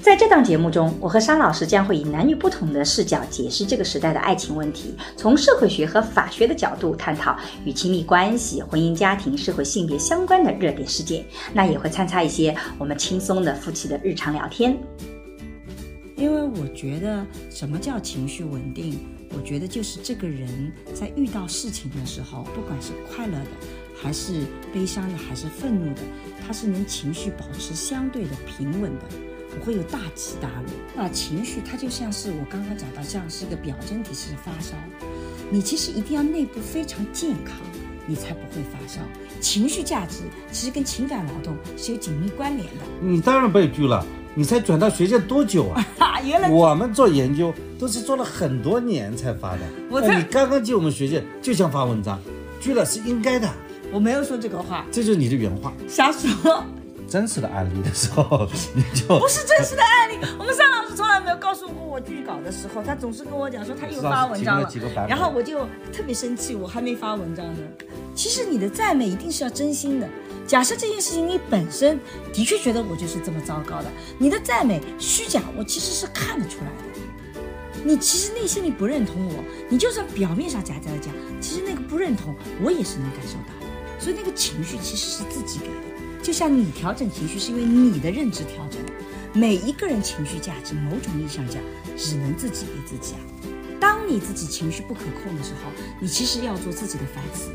在这档节目中，我和沙老师将会以男女不同的视角解释这个时代的爱情问题，从社会学和法学的角度探讨与亲密关系、婚姻家庭、社会性别相关的热点事件。那也会参插一些我们轻松的夫妻的日常聊天。因为我觉得什么叫情绪稳定？我觉得就是这个人在遇到事情的时候，不管是快乐的，还是悲伤的，还是愤怒的，他是能情绪保持相对的平稳的，不会有大起大落。那情绪它就像是我刚刚讲到，像是一个表征体是发烧，你其实一定要内部非常健康，你才不会发烧。情绪价值其实跟情感劳动是有紧密关联 的。你当然被拒了，你才转到学界多久 啊？啊，原来我们做研究都是做了很多年才发的。我哎在你刚刚进我们学界就想发文章，拒了是应该的，我没有说这个话，这就是你的原话。瞎说。真实的案例的时候，你就不是真实的案例。我们尚老师从来没有告诉过我剧稿的时候，他总是跟我讲说他又发文章我知道是提供了几个版本然后我就特别生气，我还没发文章呢。其实你的赞美一定是要真心的。假设这件事情你本身的确觉得我就是这么糟糕的，你的赞美虚假，我其实是看得出来的。你其实内心里不认同我，你就算表面上假假的讲，其实那个不认同我也是能感受到的。所以那个情绪其实是自己给的，就像你调整情绪是因为你的认知调整。每一个人情绪价值，某种意义上讲，只能自己给自己啊。当你自己情绪不可控的时候，你其实要做自己的反思。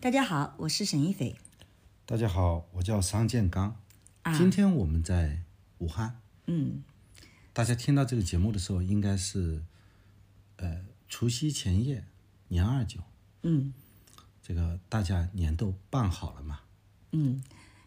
大家好，我是沈一斐。大家好，我叫商建刚，啊今天我们在武汉。嗯，大家听到这个节目的时候，应该是，呃，除夕前夜，年二九，嗯这个大家年都办好了嘛？嗯，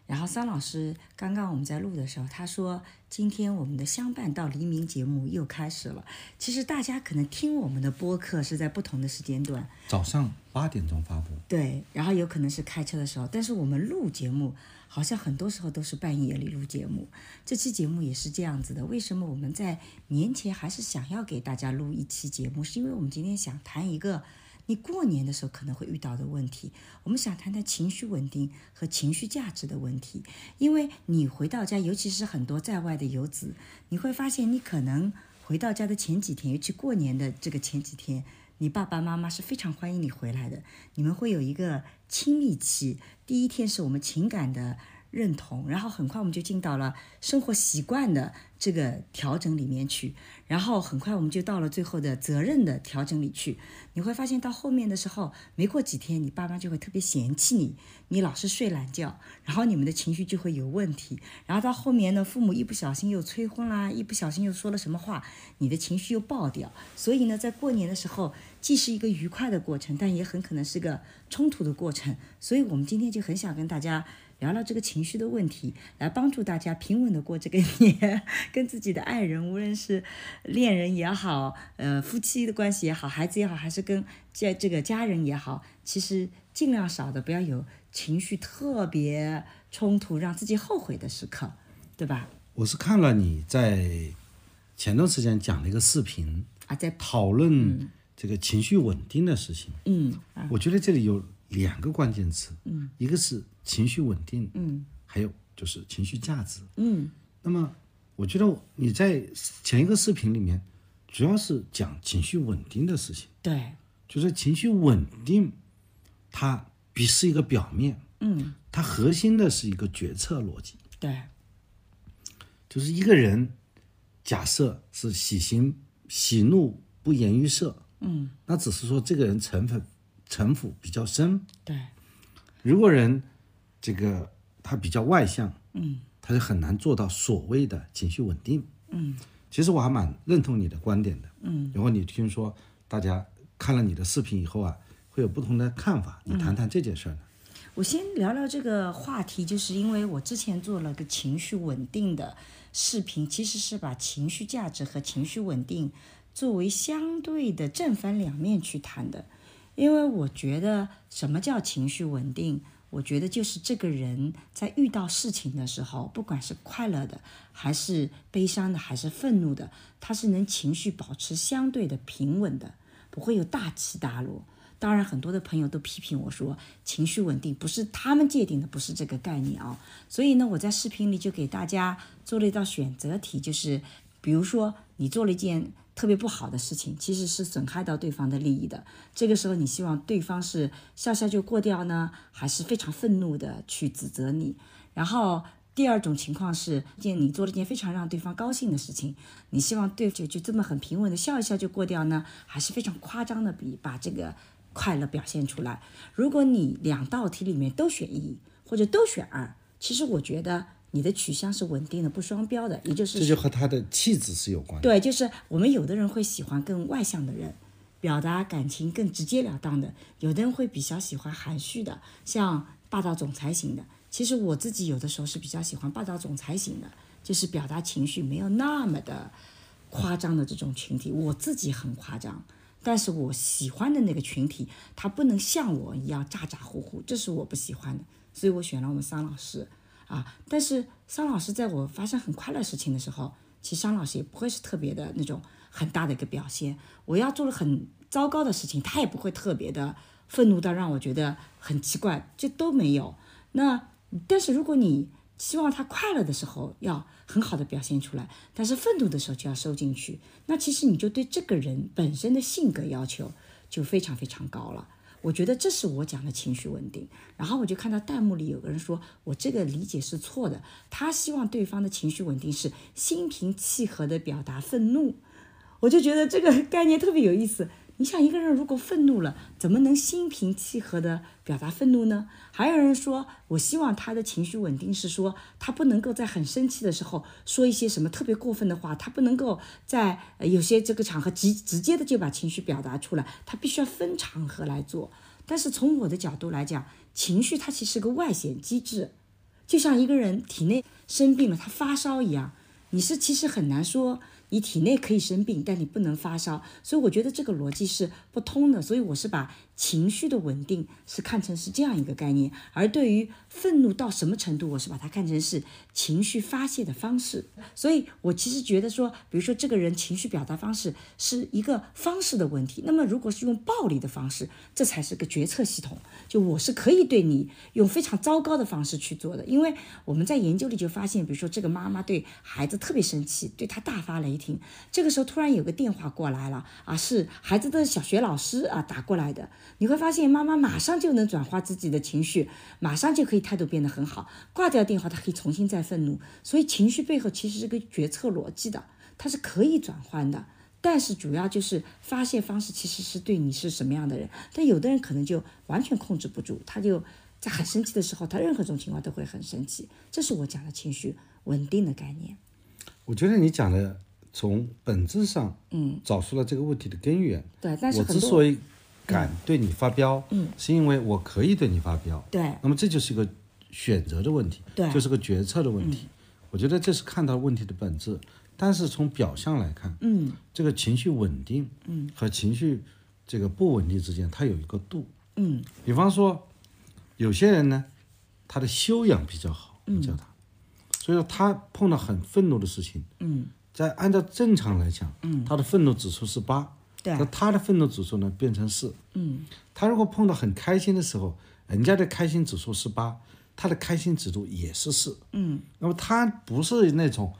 然后桑老师刚刚我们在录的时候，他说今天我们的相伴到黎明节目又开始了。其实大家可能听我们的播客是在不同的时间段，早上八点钟发布，对，然后有可能是开车的时候，但是我们录节目好像很多时候都是半夜里录节目。这期节目也是这样子的。为什么我们在年前还是想要给大家录一期节目？是因为我们今天想谈一个你过年的时候可能会遇到的问题。我们想谈谈情绪稳定和情绪价值的问题，因为你回到家，尤其是很多在外的游子，你会发现你可能回到家的前几天，尤其过年的这个前几天，你爸爸妈妈是非常欢迎你回来的，你们会有一个亲密期。第一天是我们情感的认同，然后很快我们就进到了生活习惯的这个调整里面去，然后很快我们就到了最后的责任的调整里去。你会发现到后面的时候，没过几天，你爸妈就会特别嫌弃你，你老是睡懒觉，然后你们的情绪就会有问题。然后到后面呢，父母一不小心又催婚啦，一不小心又说了什么话，你的情绪又爆掉。所以呢，在过年的时候，既是一个愉快的过程，但也很可能是个冲突的过程。所以我们今天就很想跟大家。聊聊这个情绪的问题，来帮助大家平稳的过这个年， 跟自己的爱人，无论是恋人也好，呃，夫妻的关系也好，孩子也好，还是跟这这个家人也好，其实尽量少的，不要有情绪特别冲突，让自己后悔的时刻，对吧？我是看了你在前段时间讲了一个视频，啊，在讨论这个情绪稳定的事情。嗯我觉得这里有两个关键词，嗯，一个是情绪稳定，嗯，还有就是情绪价值，嗯那么，我觉得你在前一个视频里面，主要是讲情绪稳定的事情，对，就是情绪稳定，它比是一个表面，嗯它核心的是一个决策逻辑，对就是一个人假设是喜形喜怒不言于色，嗯，那只是说这个人城府城府比较深，对如果人这个他比较外向，嗯，他就很难做到所谓的情绪稳定，嗯。其实我还蛮认同你的观点的，嗯。然后你听说嗯大家看了你的视频以后啊，会有不同的看法，你谈谈这件事儿呢？我先聊聊这个话题，就是因为我之前做了个情绪稳定的视频，其实是把情绪价值和情绪稳定作为相对的正反两面去谈的。因为我觉得什么叫情绪稳定？我觉得就是这个人在遇到事情的时候，不管是快乐的，还是悲伤的，还是愤怒的，他是能情绪保持相对的平稳的，不会有大起大落。当然，很多的朋友都批评我说，情绪稳定不是他们界定的，不是这个概念啊、所以呢，我在视频里就给大家做了一道选择题，就是比如说你做了一件特别不好的事情，其实是损害到对方的利益的。这个时候，你希望对方是笑笑就过掉呢，还是非常愤怒的去指责你？然后第二种情况是，见你做了一件非常让对方高兴的事情，你希望对就就这么很平稳的笑一笑就过掉呢，还是非常夸张的比把这个快乐表现出来？如果你两道题里面都选一或者都选二，其实我觉得你的取向是稳定的，不双标的，也就是这就和他的气质是有关的。对，就是我们有的人会喜欢更外向的人，表达感情更直截了当的；有的人会比较喜欢含蓄的，像霸道总裁型的。其实我自己有的时候是比较喜欢霸道总裁型的，就是表达情绪没有那么的夸张的这种群体。我自己很夸张，但是我喜欢的那个群体，他不能像我一样咋咋呼呼，这是我不喜欢的。所以我选了我们桑老师。啊。但是桑老师在我发生很快乐事情的时候，其实桑老师也不会是特别的那种很大的一个表现。我要做了很糟糕的事情，他也不会特别的愤怒到让我觉得很奇怪，这都没有。那但是如果你希望他快乐的时候要很好的表现出来，但是愤怒的时候就要收进去，那其实你就对这个人本身的性格要求就非常非常高了。我觉得这是我讲的情绪稳定。然后我就看到弹幕里有个人说我这个理解是错的，他希望对方的情绪稳定是心平气和的表达愤怒。我就觉得这个概念特别有意思。你想，一个人如果愤怒了，怎么能心平气和的表达愤怒呢？还有人说，我希望他的情绪稳定是说，他不能够在很生气的时候说一些什么特别过分的话，他不能够在呃有些这个场合直直接的就把情绪表达出来，他必须要分场合来做。但是从我的角度来讲，情绪它其实是个外显机制，就像一个人体内生病了，他发烧一样，你是其实很难说你体内可以生病，但你不能发烧。所以我觉得这个逻辑是不通的。所以我是把情绪的稳定是看成是这样一个概念，而对于愤怒到什么程度，我是把它看成是情绪发泄的方式。所以我其实觉得说，比如说这个人情绪表达方式是一个方式的问题。那么如果是用暴力的方式，这才是个决策系统。就我是可以对你用非常糟糕的方式去做的，因为我们在研究里就发现，比如说这个妈妈对孩子特别生气，对他大发雷霆。这个时候突然有个电话过来了啊，是孩子的小学老师啊打过来的。你会发现妈妈马上就能转化自己的情绪，马上就可以态度变得很好。挂掉电话，她可以重新再愤怒。所以情绪背后其实是个决策逻辑的，它是可以转换的。但是主要就是发泄方式其实是对你是什么样的人，但有的人可能就完全控制不住，他就在很生气的时候，他任何种情况都会很生气。这是我讲的情绪稳定的概念。我觉得你讲的从本质上，嗯，找出了这个问题的根源。对但是我很之多所以敢对你发飙，嗯，是因为我可以对你发飙。对那么这就是一个选择的问题，对就是个决策的问题。我觉得这是看到问题的本质，但是从表象来看，嗯，这个情绪稳定，嗯，和情绪这个不稳定之间，它有一个度，嗯，比方说，有些人呢，他的修养比较好，我们叫他，所以说他碰到很愤怒的事情，嗯，在按照正常来讲，嗯，他的愤怒指数是八，对那他的愤怒指数呢变成四，嗯，他如果碰到很开心的时候，人家的开心指数是八，他的开心指数也是四，嗯，那么他不是那种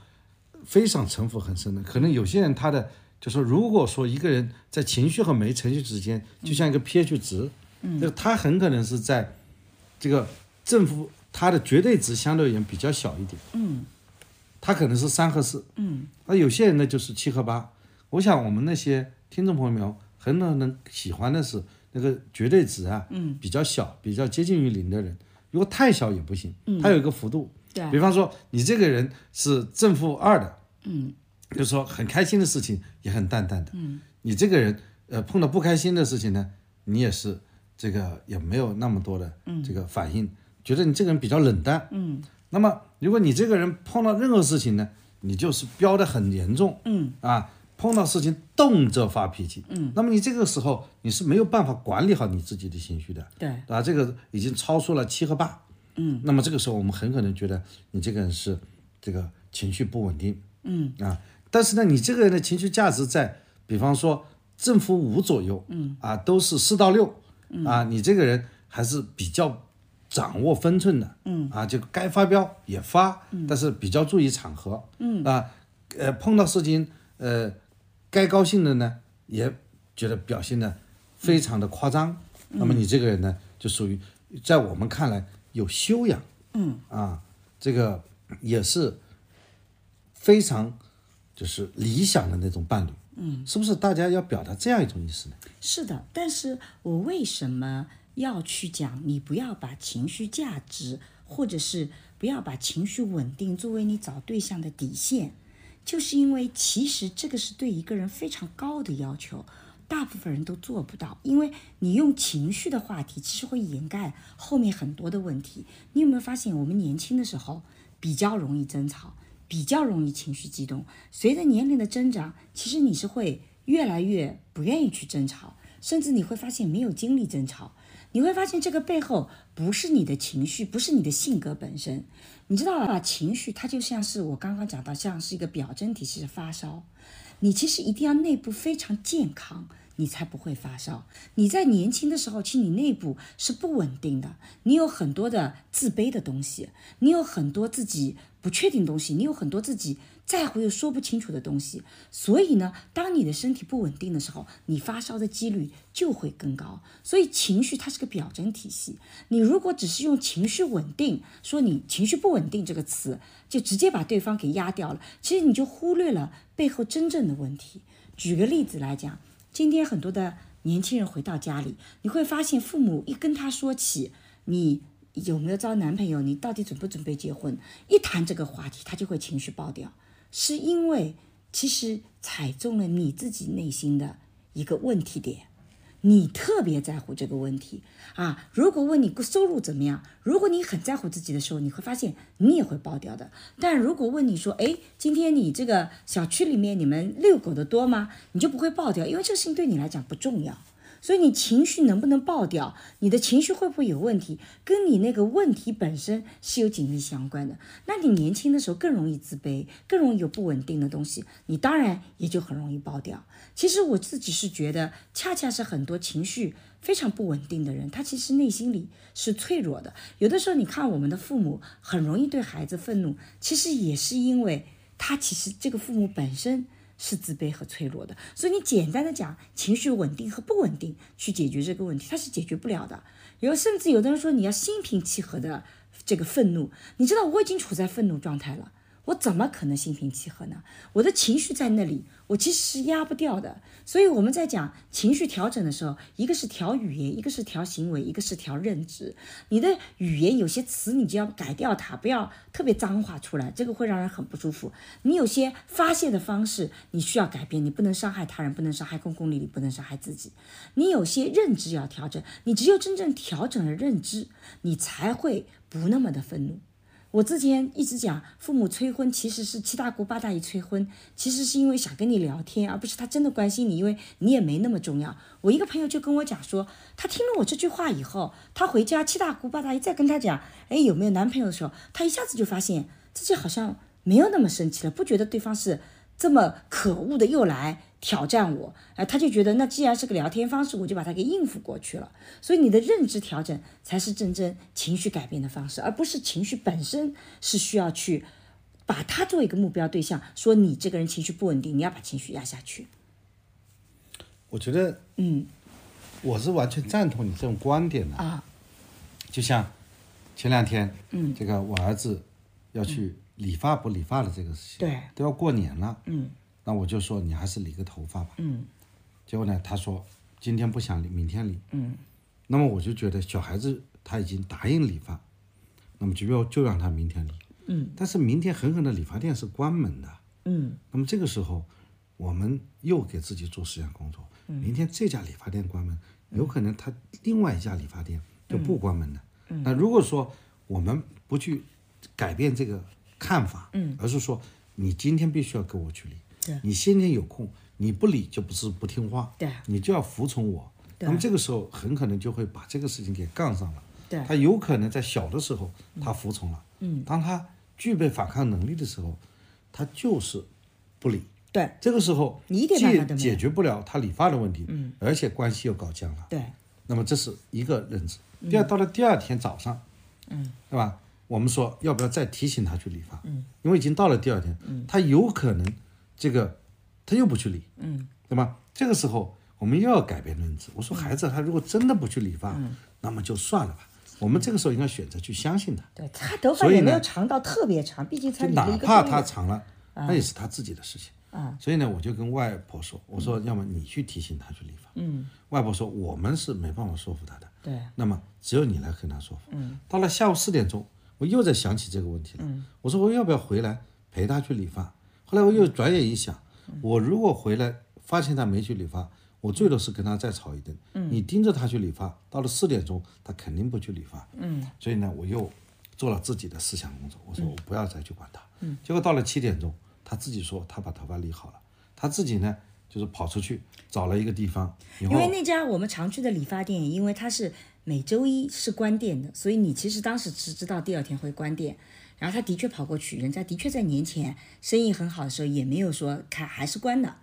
非常城府很深的，可能有些人他的就说，如果说一个人在情绪和没情绪之间，就像一个 pH 值，嗯，就他很可能是在这个正负它的绝对值相对而言比较小一点，嗯，它可能是三和四，嗯，那有些人呢就是七和八。我想我们那些听众朋友们很可能喜欢的是那个绝对值啊，嗯，比较小，比较接近于零的人，如果太小也不行，它有一个幅度，对比方说你这个人是正负二的，嗯，就是说很开心的事情也很淡淡的，嗯，你这个人呃碰到不开心的事情呢，你也是这个也没有那么多的这个反应，觉得你这个人比较冷淡。嗯，那么如果你这个人碰到任何事情呢，你就是飙得很严重。嗯，啊，碰到事情动辄发脾气。嗯，那么你这个时候你是没有办法管理好你自己的情绪的。对，啊，这个已经超出了七和八。嗯，那么这个时候我们很可能觉得你这个人是这个情绪不稳定。嗯，啊，但是呢，你这个人的情绪价值在，比方说正负五左右。嗯，啊，都是四到六。嗯，啊，你这个人还是比较掌握分寸的。嗯，啊，就该发飙也发，但是比较注意场合。嗯，啊，呃，碰到事情，呃，该高兴的呢，也觉得表现的非常的夸张。那么你这个人呢，就属于在我们看来有修养，嗯啊，这个也是非常就是理想的那种伴侣，嗯，是不是？大家要表达这样一种意思呢？是的，但是我为什么要去讲你不要把情绪价值，或者是不要把情绪稳定作为你找对象的底线？就是因为其实这个是对一个人非常高的要求，大部分人都做不到。因为你用情绪的话题，其实会掩盖后面很多的问题。你有没有发现，我们年轻的时候比较容易争吵，比较容易情绪激动。随着年龄的增长，其实你是会越来越不愿意去争吵，甚至你会发现没有精力争吵。你会发现这个背后不是你的情绪，不是你的性格本身，你知道吧？情绪它就像是我刚刚讲到，像是一个表征体系的发烧。你其实一定要内部非常健康，你才不会发烧。你在年轻的时候，其实你内部是不稳定的，你有很多的自卑的东西，你有很多自己不确定的东西，你有很多自己在乎又说不清楚的东西。所以呢，当你的身体不稳定的时候，你发烧的几率就会更高。所以情绪它是个表征体系，你如果只是用情绪稳定说你情绪不稳定这个词，就直接把对方给压掉了，其实你就忽略了背后真正的问题。举个例子来讲，今天很多的年轻人回到家里，你会发现父母一跟他说起你有没有交男朋友，你到底准不准备结婚，一谈这个话题，他就会情绪爆掉，是因为其实踩中了你自己内心的一个问题点。你特别在乎这个问题啊。如果问你收入怎么样，如果你很在乎自己的时候，你会发现你也会爆掉的。但如果问你说，哎，今天你这个小区里面你们遛狗的多吗？你就不会爆掉，因为这个事情对你来讲不重要。所以你情绪能不能爆掉，你的情绪会不会有问题，跟你那个问题本身是有紧密相关的。那你年轻的时候更容易自卑，更容易有不稳定的东西，你当然也就很容易爆掉。其实我自己是觉得，恰恰是很多情绪非常不稳定的人，他其实内心里是脆弱的。有的时候你看我们的父母很容易对孩子愤怒，其实也是因为他其实这个父母本身。是自卑和脆弱的，所以你简单的讲情绪稳定和不稳定去解决这个问题，它是解决不了的。有甚至有的人说你要心平气和的这个愤怒，你知道我已经处在愤怒状态了，我怎么可能心平气和呢？我的情绪在那里，我其实是压不掉的。所以我们在讲情绪调整的时候，一个是调语言，一个是调行为，一个是调认知。你的语言有些词你就要改掉它，不要特别脏话出来，这个会让人很不舒服。你有些发泄的方式你需要改变，你不能伤害他人，不能伤害公共利益，不能伤害自己。你有些认知要调整，你只有真正调整了认知，你才会不那么的愤怒。我之前一直讲，父母催婚其实是七大姑八大姨催婚，其实是因为想跟你聊天，而不是他真的关心你，因为你也没那么重要。我一个朋友就跟我讲说，他听了我这句话以后，他回家七大姑八大姨再跟他讲，哎，有没有男朋友的时候，他一下子就发现自己好像没有那么生气了，不觉得对方是这么可恶的又来挑战我，哎，他就觉得那既然是个聊天方式，我就把它给应付过去了。所以你的认知调整才是真正情绪改变的方式，而不是情绪本身是需要去把它作为一个目标对象，说你这个人情绪不稳定，你要把情绪压下去。我觉得，嗯，我是完全赞同你这种观点的啊。就像前两天，嗯，这个我儿子要去理发不理发的这个事情，对都要过年了，嗯，那我就说你还是理个头发吧，嗯，结果呢，他说今天不想理，明天理，嗯，那么我就觉得小孩子他已经答应理发，那么就要就让他明天理，嗯，但是明天恒恒的理发店是关门的，嗯，那么这个时候我们又给自己做思想工作，明天这家理发店关门，有可能他另外一家理发店就不关门了。嗯那如果说我们不去改变这个看法，嗯，而是说你今天必须要给我去理，对你先天有空，你不理就不是不听话，对你就要服从我。对那么这个时候很可能就会把这个事情给杠上了。对他有可能在小的时候他服从了，嗯，当他具备反抗能力的时候，他就是不理。对这个时候你一点既办法都没有解决不了他理发的问题，嗯，而且关系又搞僵了。对那么这是一个认知。第二，到了第二天早上，嗯，对吧？我们说要不要再提醒他去理发？嗯，因为已经到了第二天，嗯，他有可能这个他又不去理，嗯，对吧？这个时候我们又要改变认知。我说孩子，他如果真的不去理发，那么就算了吧。我们这个时候应该选择去相信他，对，他头发所以也没呢有长到特别长，毕竟才就理哪了一个怕多他月。长了，那也是他自己的事情。所以呢，我就跟外婆说，我说要么你去提醒他去理发。嗯，外婆说我们是没办法说服他的。对，那么只有你来跟他说服。嗯，到了下午四点钟，我又在想起这个问题了。嗯，我说我要不要回来陪他去理发？后来我又转眼一想，我如果回来发现他没去理发，我最多是跟他再吵一顿。嗯，你盯着他去理发，到了四点钟，他肯定不去理发。嗯，所以呢，我又做了自己的思想工作。我说我不要再去管他。嗯，结果到了七点钟，他自己说他把头发理好了，他自己呢就是跑出去找了一个地方，以因后为那家我们常去的理发店，因为它是每周一是关店的，所以你其实当时只知道第二天会关店。然后他的确跑过去，人家的确在年前生意很好的时候也没有说开还是关的，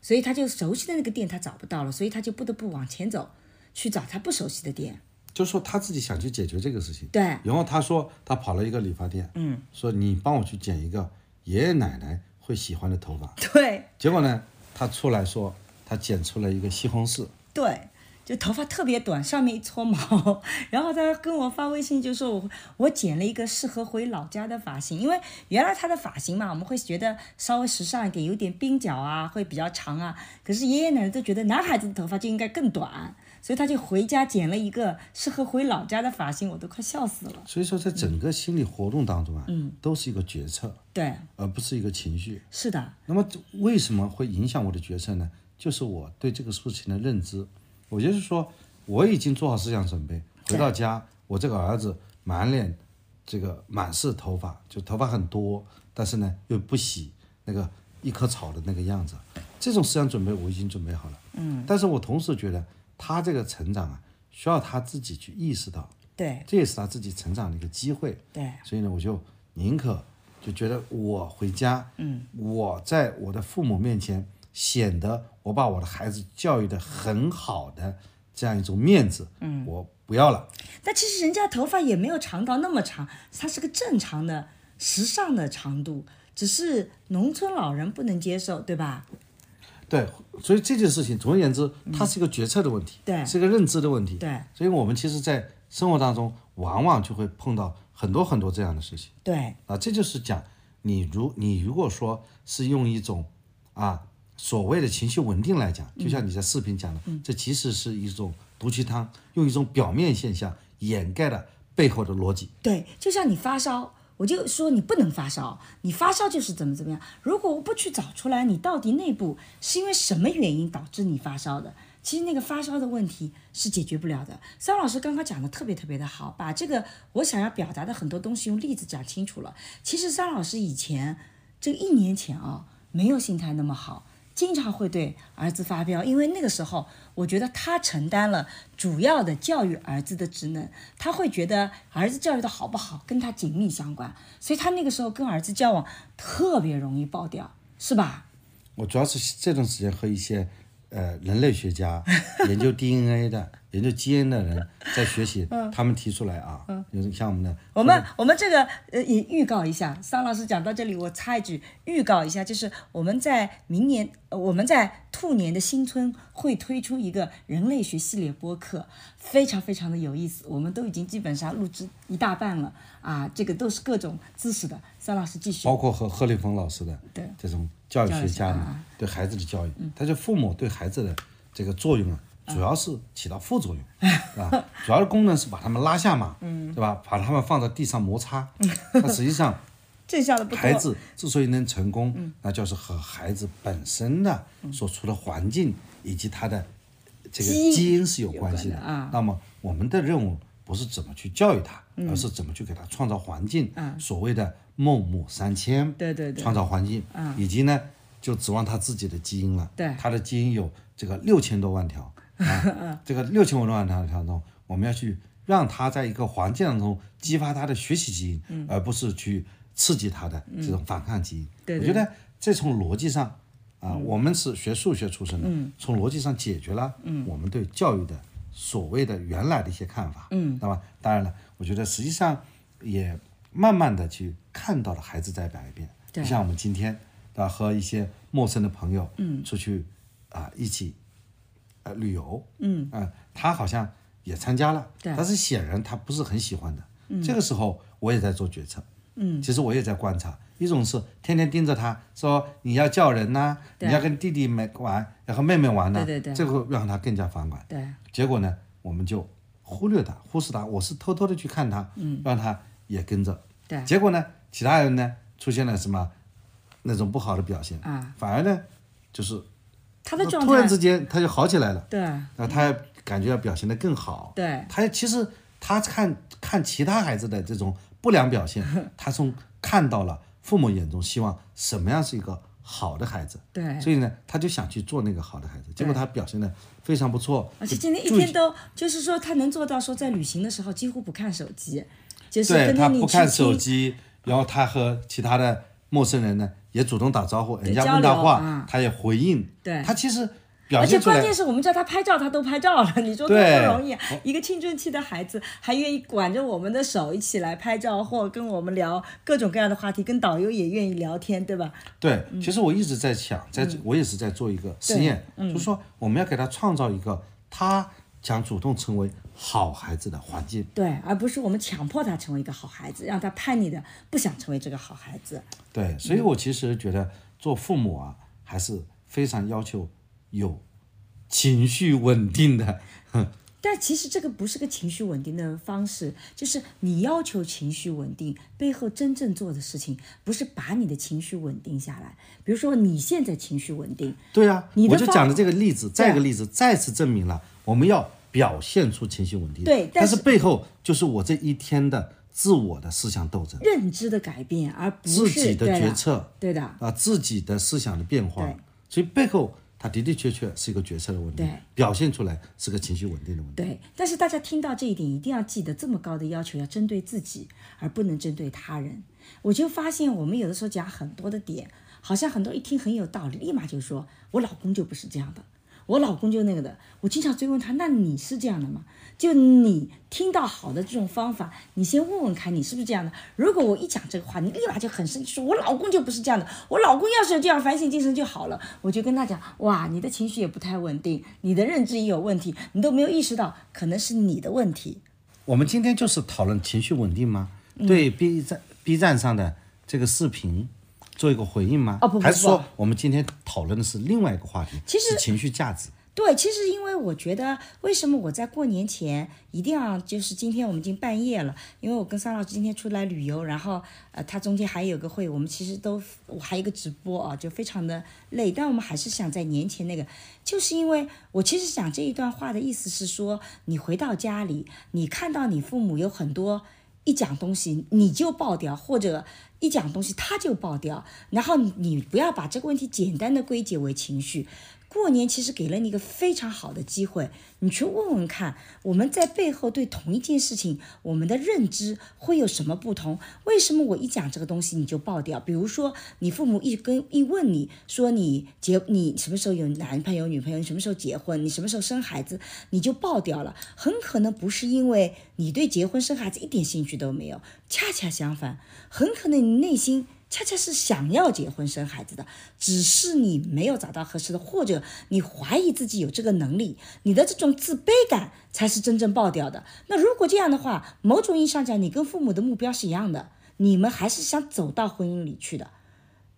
所以他就熟悉的那个店他找不到了，所以他就不得不往前走去找他不熟悉的店。就说他自己想去解决这个事情。对然后他说他跑了一个理发店，嗯，说你帮我去剪一个爷爷奶奶会喜欢的头发。对结果呢，他出来说他剪出了一个西红柿，对，就头发特别短，上面一撮毛， 然后他跟我发微信就说我我剪了一个适合回老家的发型，因为原来他的发型嘛，我们会觉得稍微时尚一点，有点鬓角啊，会比较长啊，可是爷爷奶奶都觉得男孩子的头发就应该更短。所以他就回家剪了一个适合回老家的发型，我都快笑死了。所以说在整个心理活动当中啊，嗯，都是一个决策，对，而不是一个情绪。是的，那么为什么会影响我的决策呢？就是我对这个事情的认知，我就是说我已经做好思想准备，回到家，我这个儿子满脸这个满是头发，就头发很多，但是呢又不洗，那个一棵草的那个样子，这种思想准备我已经准备好了。嗯，但是我同时觉得他这个成长啊，需要他自己去意识到，对这也是他自己成长的一个机会。对所以呢，我就宁可就觉得我回家，嗯，我在我的父母面前显得我把我的孩子教育的很好的这样一种面子，嗯，我不要了。但其实人家头发也没有长到那么长，它是个正常的、时尚的长度，只是农村老人不能接受，对吧？对，所以这件事情，总而言之，它是一个决策的问题，对是一个认知的问题，对。所以我们其实，在生活当中，往往就会碰到很多很多这样的事情。对啊，这就是讲，你如你如果说是用一种啊所谓的情绪稳定来讲，就像你在视频讲的，嗯这其实是一种毒鸡汤，用一种表面现象掩盖了背后的逻辑。对，就像你发烧，我就说你不能发烧，你发烧就是怎么怎么样。如果我不去找出来你到底内部是因为什么原因导致你发烧的，其实那个发烧的问题是解决不了的。桑老师刚刚讲的特别特别的好，把这个我想要表达的很多东西用例子讲清楚了。其实桑老师以前这个一年前啊，没有心态那么好。经常会对儿子发飙，因为那个时候我觉得他承担了主要的教育儿子的职能，他会觉得儿子教育的好不好跟他紧密相关，所以他那个时候跟儿子交往特别容易爆掉，是吧？我主要是这段时间和一些呃人类学家研 究 DNA 的、研究基因的人在学习，他们提出来啊，就是像我们的嗯我们我们这个呃也预告一下，桑老师讲到这里，我插一句，预告一下，就是我们在明年，呃我们在兔年的新春会推出一个人类学系列播客，非常非常的有意思，我们都已经基本上录制一大半了啊，这个都是各种知识的。桑老师继续包，括和贺立峰老师的对这种教育学家教育学啊嗯呢，对孩子的教育，但是父母对孩子的这个作用啊，主要是起到副 作用啊，主要的功能是把他们拉下马，嗯对吧？把他们放到地上摩 擦，那实际上这下的不多。嗯孩子之所以能成功，那就是和孩子本身的所处的环境以及他的这基因个基因是有关系的有关的啊那么我们的任务不是怎么去教育他，而是怎么去给他创造环境，所谓的孟母三迁，对对对嗯创造环境，以及呢就指望他自己的基因了，对他的基因有这个六千多万 条，啊这个六千多万条当中，我们要去让他在一个环境当中激发他的学习基因，嗯而不是去刺激他的这种反抗基因。对嗯我觉得这从逻辑上。啊，我们是学数学出身的，从逻辑上解决了嗯我们对教育的所谓的原来的一些看法，嗯，那么当然了，我觉得实际上也慢慢的去看到了孩子在改变，对就像我们今天啊和一些陌生的朋友，嗯，出去啊一起呃旅游，嗯，啊、他好像也参加了，对但是显然他不是很喜欢的，嗯，这个时候我也在做决策，嗯，其实我也在观察，一种是天天盯着他说你要叫人呐、对你要跟弟弟们玩，要和妹妹玩呐、对对对这个让他更加反感，对，结果呢，我们就忽略他，忽视他，我是偷偷的去看他，嗯，让他也跟着，对结果呢，其他人呢出现了什么那种不好的表现啊，反而呢就是他的状突然态之，间他就好起来了，对啊那他感觉要表现得更好，对他其实他看看其他孩子的这种不良表 现，他从看到了父母眼中希望什么样是一个好的孩子，对，所以呢，他就想去做那个好的孩子，结果对他表现得非常不错，而且今天一注意天都就是说，他能做到说在旅行的时候几乎不看手机，就是对跟他着你不去看手听机，然后他和其他的陌生人呢也主动打招呼，人家交问他流话，啊他也回应。对他其实表而且现出关来，键是我们叫他拍照，他都拍照了。 你说多对哦不容易啊！一个青春期的孩子还愿意管着我们的手一起来拍照，或跟我们聊各种各样的话题，跟导游也愿意聊天，对吧？对，嗯其实我一直在想，在这我也是在做一个实验，嗯就是说我们要给他创造一个他想主动成为好孩子的环境。对，而不是我们强迫他成为一个好孩子，让他叛逆的不想成为这个好孩子。嗯对，所以我其实觉得做父母啊，还是非常要求有情绪稳定 的。但其实这个不是个情绪稳定的方式，就是你要求情绪稳定，背后真正做的事情不是把你的情绪稳定下来。比如说你现在情绪稳定，对啊，你的我就方讲的这个例子，再一个对啊例子，再次证明了我们要表现出情绪稳定。对但但是背后就是我这一天的自我的思想斗争，认知的改变，而不是自己的对决了策对的，啊，自己的思想的变化对。所以背后它的的确确是一个决策的问题对，表现出来是个情绪稳定的问题。对。但是大家听到这一点，一定要记得，这么高的要求要针对自己，而不能针对他人。我就发现，我们有的时候讲很多的点，好像很多人一听很有道理，立马就说：“我老公就不是这样的，我老公就那个的。”我经常追问他：“那你是这样的吗？”就你听到好的这种方法，你先问问看你是不是这样的。如果我一讲这个话，你立马就很生气，说我老公就不是这样的，我老公要是有这样反省精神就好了。我就跟他讲，哇，你的情绪也不太稳定，你的认知也有问题，你都没有意识到，可能是你的问题。我们今天就是讨论情绪稳定吗？嗯对 B 站 B 站上的这个视频做一个回应吗？哦不不还是说不我们今天讨论的是另外一个话题，其实是情绪价值。对，其实因为我觉得，为什么我在过年前一定要就是今天我们已经半夜了，因为我跟桑老师今天出来旅游，然后呃他中间还有个会，我们其实都我还有一个直播啊，就非常的累，但我们还是想在年前那个，就是因为我其实讲这一段话的意思是说，你回到家里，你看到你父母有很多。一讲东西你就爆掉，或者一讲东西他就爆掉，然后你不要把这个问题简单的归结为情绪。过年其实给了你一个非常好的机会，你去问问看，我们在背后对同一件事情，我们的认知会有什么不同？为什么我一讲这个东西你就爆掉？比如说，你父母一跟一问你说你结你什么时候有男朋友女朋友，你什么时候结婚，你什么时候生孩子，你就爆掉了。很可能不是因为你对结婚生孩子一点兴趣都没有，恰恰相反，很可能你内心恰恰是想要结婚生孩子的，只是你没有找到合适的，或者你怀疑自己有这个能力，你的这种自卑感才是真正爆掉的。那如果这样的话，某种意义上讲，你跟父母的目标是一样的，你们还是想走到婚姻里去的，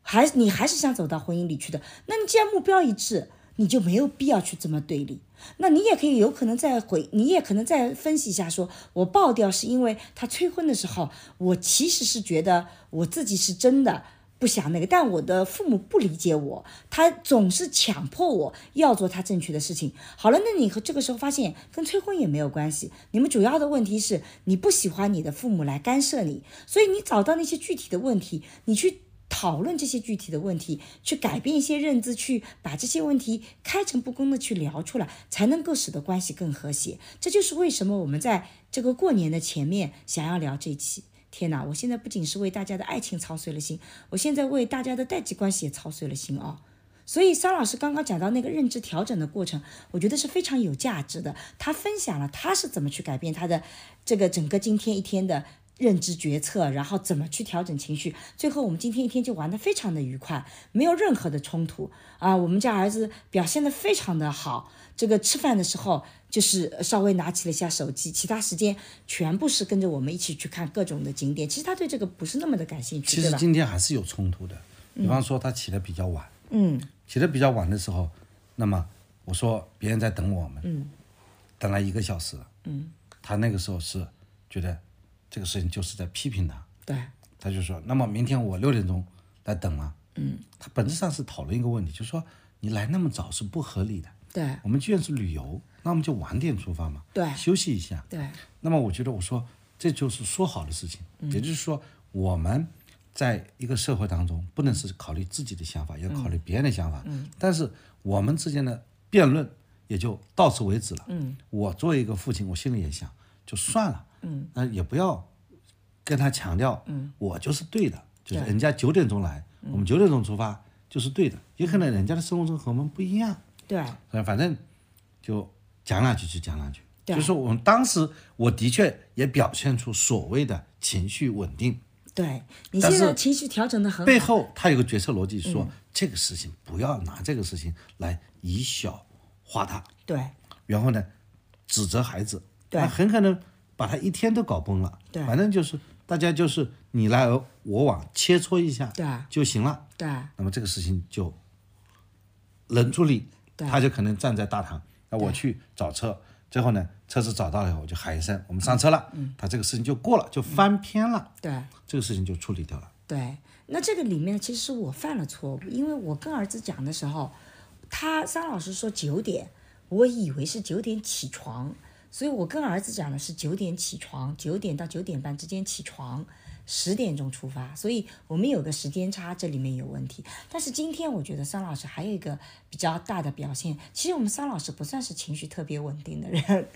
还你还是想走到婚姻里去的。那你既然目标一致，你就没有必要去这么对立。那你也可以有可能再回，你也可能再分析一下说，我爆掉是因为他催婚的时候，我其实是觉得我自己是真的不想那个，但我的父母不理解我，他总是强迫我要做他正确的事情。好了，那你和这个时候发现跟催婚也没有关系，你们主要的问题是你不喜欢你的父母来干涉你，所以你找到那些具体的问题，你去讨论这些具体的问题，去改变一些认知，去把这些问题开诚布公的去聊出来，才能够使得关系更和谐。这就是为什么我们在这个过年的前面想要聊这一期。天哪！我现在不仅是为大家的爱情操碎了心，我现在为大家的代际关系也操碎了心啊、所以，沙老师刚刚讲到那个认知调整的过程，我觉得是非常有价值的。他分享了他是怎么去改变他的这个整个今天一天的认知决策，然后怎么去调整情绪。最后，我们今天一天就玩得非常的愉快，没有任何的冲突啊。我们家儿子表现得非常的好，这个吃饭的时候就是稍微拿起了一下手机，其他时间全部是跟着我们一起去看各种的景点。其实他对这个不是那么的感兴趣，其实对吧？今天还是有冲突的，比方说他起得比较晚，嗯，起得比较晚的时候，那么我说别人在等我们，嗯，等了一个小时，嗯，他那个时候是觉得这个事情就是在批评他，对，他就说，那么明天我六点钟来等啊，嗯，他本质上是讨论一个问题，就是说你来那么早是不合理的，对，我们既然是旅游，那我们就晚点出发嘛，对休息一下，对。那么我觉得我说这就是说好的事情，嗯也就是说我们在一个社会当中不能是考虑自己的想法，要考嗯虑别人的想法。但是我们之间的辩论也就到此为止了。嗯我作为一个父亲，我心里也想，就算了。嗯，那也不要跟他强调，我就是对的，就是人家九点钟来，我们九点钟出发就是对的。也可能人家的生活中和我们不一样。对，呃反正就讲两句就讲两句。对就是我们当时我的确也表现出所谓的情绪稳定，对你但现在是情绪调整的很好，背后他有个决策逻辑说，这个事情不要拿这个事情来以小化大，对然后呢指责孩子，对那很可能把他一天都搞崩了。对反正就是大家就是你来我往切磋一下，对就行了。对那么这个事情就冷处理，对他就可能站在大堂，那我去找车，最后呢，车子找到了以后，我就喊一声，我们上车嗯了，他这个事情就过了，就翻篇了，对这个事情就处理掉了。对。那这个里面其实是我犯了错误，因为我跟儿子讲的时候，他张老师说九点，我以为是九点起床，所以我跟儿子讲的是九点起床，九点到九点半之间起床，十点钟出发，所以我们有个时间差，这里面有问题。但是今天我觉得桑老师还有一个比较大的表现，其实我们桑老师不算是情绪特别稳定的人，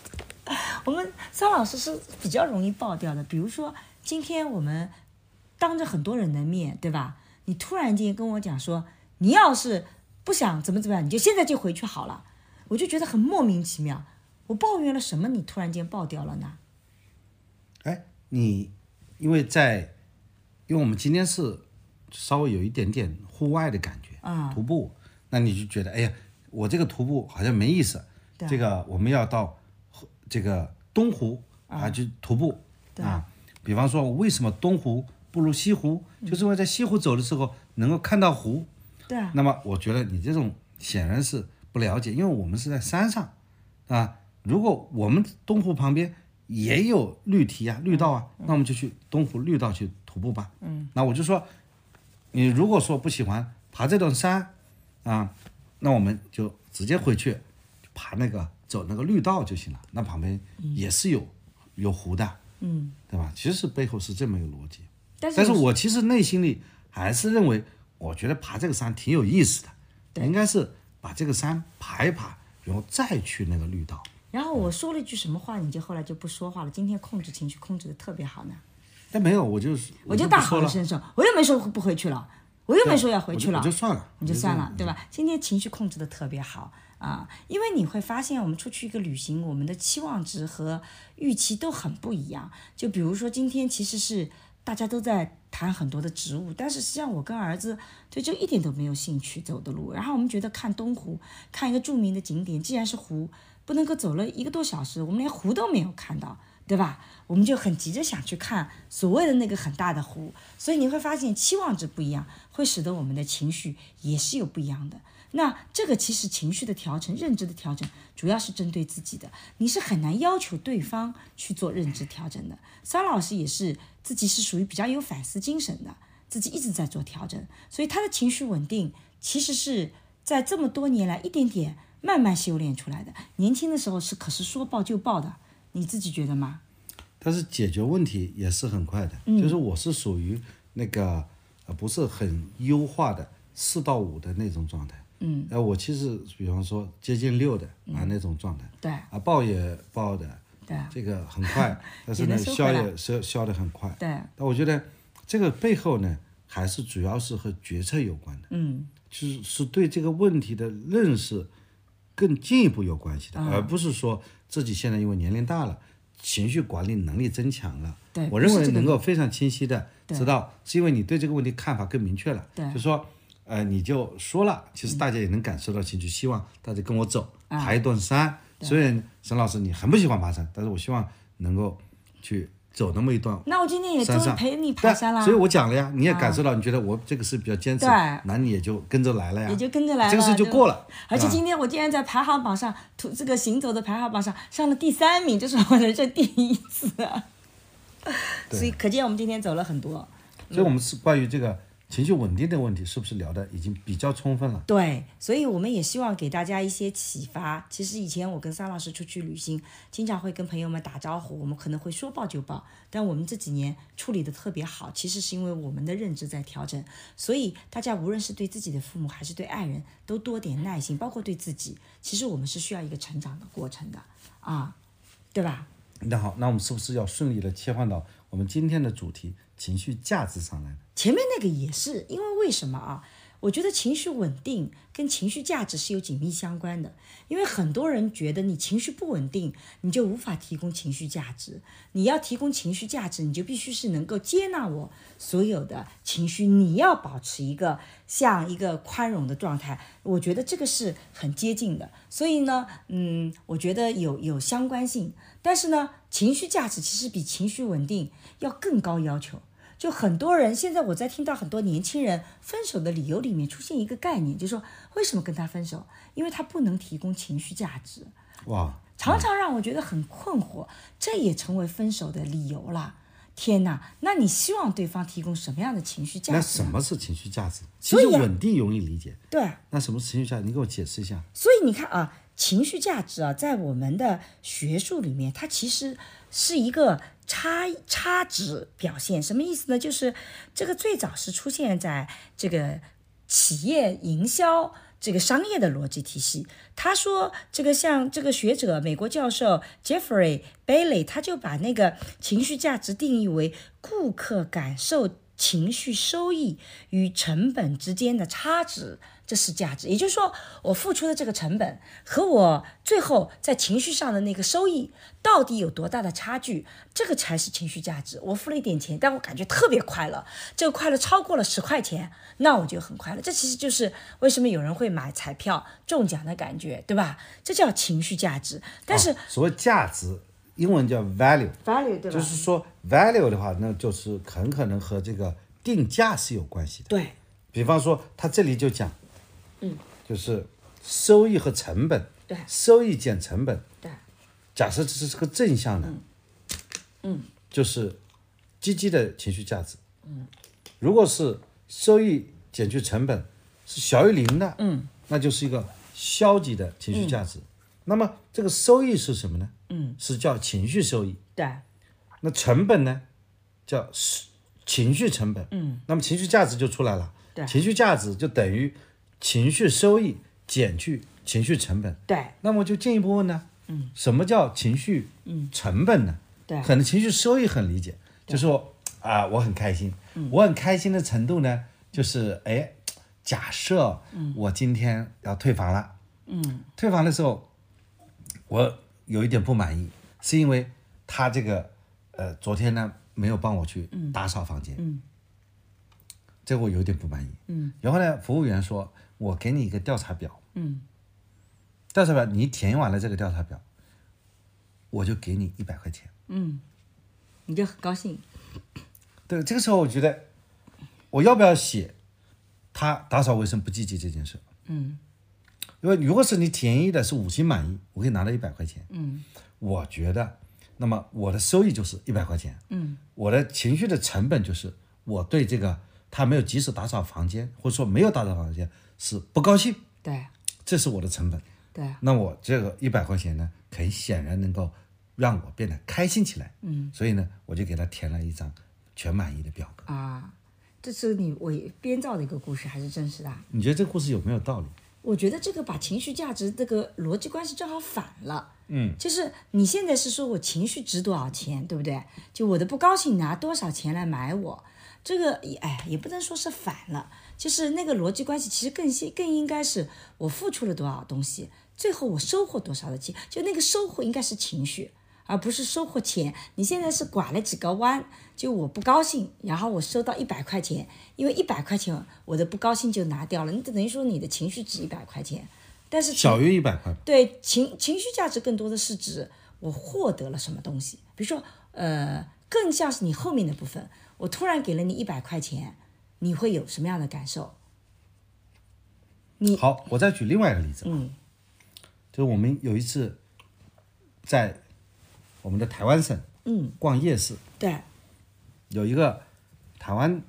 我们桑老师是比较容易爆掉的。比如说今天我们当着很多人的面，对吧？你突然间跟我讲说，你要是不想怎么怎么样，你就现在就回去好了，我就觉得很莫名其妙。我抱怨了什么？你突然间爆掉了呢？哎，你因为在，因为我们今天是稍微有一点点户外的感觉，啊、徒步，那你就觉得，哎呀，我这个徒步好像没意思，这个我们要到后这个东湖啊去徒步啊，比方说为什么东湖不如西湖，就是因为在西湖走的时候能够看到湖，对啊，那么我觉得你这种显然是不了解，因为我们是在山上啊。如果我们东湖旁边也有绿堤啊、绿道啊，那我们就去东湖绿道去徒步吧。嗯，那我就说，你如果说不喜欢爬这段山啊，那我们就直接回去爬那个走那个绿道就行了。那旁边也是有、有湖的，嗯，对吧？其实背后是这么一个逻辑。但是但是我其实内心里还是认为，我觉得爬这个山挺有意思的，应该是把这个山爬一爬，然后再去那个绿道。然后我说了一句什么话，你就后来就不说话了。今天控制情绪控制的特别好呢，但没有，我就是我就就大不说吼一了，声说，我又没说不回去了，我又没说要回我去就了，我就算了，你就算了，对吧？吧？今天情绪控制的特别好啊，因为你会发现，我们出去一个旅行，我们的期望值和预期都很不一样。就比如说，今天其实是大家都在谈很多的植物，但是实际上我跟儿子对这个一点都没有兴趣走的路。然后我们觉得看东湖，看一个著名的景点，既然是湖，不能够走了一个多小时，我们连湖都没有看到。对吧？我们就很急着想去看所谓的那个很大的湖，所以你会发现期望值不一样，会使得我们的情绪也是有不一样的。那这个其实情绪的调整、认知的调整，主要是针对自己的，你是很难要求对方去做认知调整的。桑老师也是自己是属于比较有反思精神的，自己一直在做调整，所以他的情绪稳定其实是在这么多年来一点点慢慢修炼出来的。年轻的时候是可是说爆就爆的，你自己觉得吗？但是解决问题也是很快的，就是我是属于那个呃不是很优化的四到五的那种状态。嗯，哎、我其实比方说接近六的啊那种状态，对啊爆也爆的，对啊这个很快，但是也呢能收回消来也消消的很快。对，但我觉得这个背后呢，还是主要是和决策有关的，嗯，就是是对这个问题的认识更进一步有关系嗯的，而不是说自己现在因为年龄大了，情绪管理能力增强了。对我不是认为这个能够非常清晰的对知道，是因为你对这个问题看法更明确了。对嗯就说。呃，你就说了，其实大家也能感受到情绪，希望大家跟我走，爬一段山。虽然沈老师你很不喜欢爬山，但是我希望能够去走那么一段那我今天也终山于上陪你爬但山啦，嗯所以我讲了呀，你也感受到，你觉得我这个是比较坚持对，那你也就跟着来了呀，也就跟着来了，这个事就对吧过了。啊而且对吧今天我竟然在排行榜上，图这个行走的排行榜上上了第三名，这是我人生第一次啊。所以可见我们今天走了很多。所以我们是关于这个情绪稳定的问题，是不是聊的已经比较充分了？对，所以我们也希望给大家一些启发。其实以前我跟桑老师出去旅行，经常会跟朋友们打招呼，我们可能会说爆就爆，但我们这几年处理的特别好，其实是因为我们的认知在调整。所以大家无论是对自己的父母还是对爱人，都多点耐心，包括对自己，其实我们是需要一个成长的过程的啊，对吧？那好，那我们是不是要顺利的切换到我们今天的主题情绪价值上来呢？前面那个也是，因为为什么啊？我觉得情绪稳定跟情绪价值是有紧密相关的，因为很多人觉得你情绪不稳定，你就无法提供情绪价值。你要提供情绪价值，你就必须是能够接纳我所有的情绪，你要保持一个像一个宽容的状态。我觉得这个是很接近的，所以呢，嗯，我觉得有有相关性，但是呢，情绪价值其实比情绪稳定要更高要求。就很多人现在我在听到很多年轻人分手的理由里面出现一个概念，就是说为什么跟他分手？因为他不能提供情绪价值，哇，常常让我觉得很困惑，这也成为分手的理由了。天哪，那你希望对方提供什么样的情绪价那值什呢？么是情绪价值？其所以实啊稳定容易理解，对，那什么是情绪价值？你给我解释一下。所以你看啊，情绪价值啊，在我们的学术里面，它其实是一个差差值表现。什么意思呢？就是这个最早是出现在这个企业营销。这个商业的逻辑体系，他说这个像这个学者美国教授 Jeffrey Bailey，他就把那个情绪价值定义为顾客感受情绪收益与成本之间的差值，这是价值。也就是说，我付出的这个成本和我最后在情绪上的那个收益到底有多大的差距，这个才是情绪价值。我付了一点钱，但我感觉特别快乐，这个快乐超过了十块钱，那我就很快乐。这其实就是为什么有人会买彩票中奖的感觉，对吧？这叫情绪价值。但是、所谓价值，英文叫 value， value 对吧？就是说 value 的话，那就是很可能和这个定价是有关系的。对比方说，他这里就讲，嗯，就是收益和成本，对收益减成本，对假设这是个正向的，嗯，嗯就是积极的情绪价值，嗯，如果是收益减去成本是小于零的，嗯，那就是一个消极的情绪价值。那么这个收益是什么呢？嗯，是叫情绪收益，对那成本呢，叫是情绪成本。嗯，那么情绪价值就出来了。对情绪价值就等于情绪收益减去情绪成本。对那么就进一步问呢，嗯，什么叫情绪成本呢？对可能情绪收益很理解，就说啊、我很开心，我很开心的程度呢，就是哎，假设我今天要退房了，嗯，退房的时候，我有一点不满意，是因为他这个呃，昨天呢没有帮我去打扫房间，嗯，这个我有点不满意，嗯，然后呢，服务员说，我给你一个调查表，调查表你填完了这个调查表，我就给你一百块钱。你就很高兴。对，这个时候我觉得我要不要写他打扫卫生不积极这件事？嗯，因为如果是你填一的是五星满意，我可以拿到一百块钱。嗯，我觉得，那么我的收益就是一百块钱。嗯，我的情绪的成本就是我对这个他没有及时打扫房间，或者说没有打扫房间，是不高兴，对这是我的成本。对，那我这个一百块钱呢，很显然能够让我变得开心起来。嗯，所以呢，我就给他填了一张全满意的表格。啊，这是你我编造的一个故事还是真实的啊？你觉得这个故事有没有道理？我觉得这个把情绪价值这个逻辑关系正好反了。嗯，就是你现在是说我情绪值多少钱，对不对？就我的不高兴拿多少钱来买我，这个也哎也不能说是反了，就是那个逻辑关系其实更先更应该是我付出了多少东西，最后我收获多少的钱，就那个收获应该是情绪。而不是收获钱。你现在是拐了几个弯，就我不高兴，然后我收到一百块钱，因为一百块钱我的不高兴就拿掉了，你等于说你的情绪值一百块钱，但是小于一百块吧。对情情绪价值更多的是指我获得了什么东西，比如说呃，更像是你后面的部分，我突然给了你一百块钱，你会有什么样的感受？你好，我再举另外一个例子吧。嗯，就是我们有一次在我们的台湾省，嗯，逛夜市，对，有一个台湾，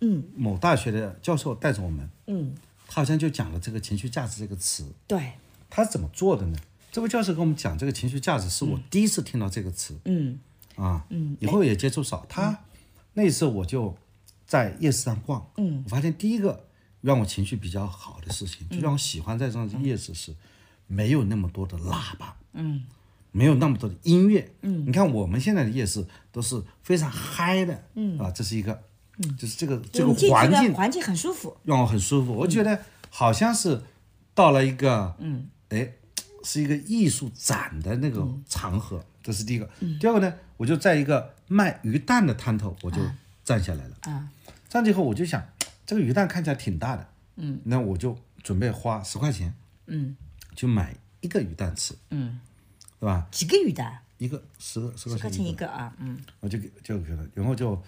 嗯，某大学的教授带着我们，嗯，他好像就讲了这个情绪价值这个词，对，他是怎么做的呢？这位教授跟我们讲这个情绪价值，是我第一次听到这个词，嗯，啊，嗯，以后也接触少。他那一次我就在夜市上逛，嗯，我嗯发现第一个让我情绪比较好的事情，就让我喜欢在上夜市是没有那么多的喇叭，嗯，没有那么多的音乐，嗯，你看我们现在的夜市都是非常嗨的，嗯，啊，这是一个，就是这个这个你进去环的境环境很舒服，让我很舒服。我觉得好像是到了一个，嗯，哎，是一个艺术展的那个场合，这是第一个。第二个呢，我就在一个卖鱼蛋的摊头，我就站下来了。啊，站起以后我就想，这个鱼蛋看起来挺大的，嗯，那我就准备花十块钱，嗯，去买一个鱼蛋吃，嗯，对吧？几个鱼蛋，一个十个十十块块钱钱一个啊，嗯，我就给就给他，然后就，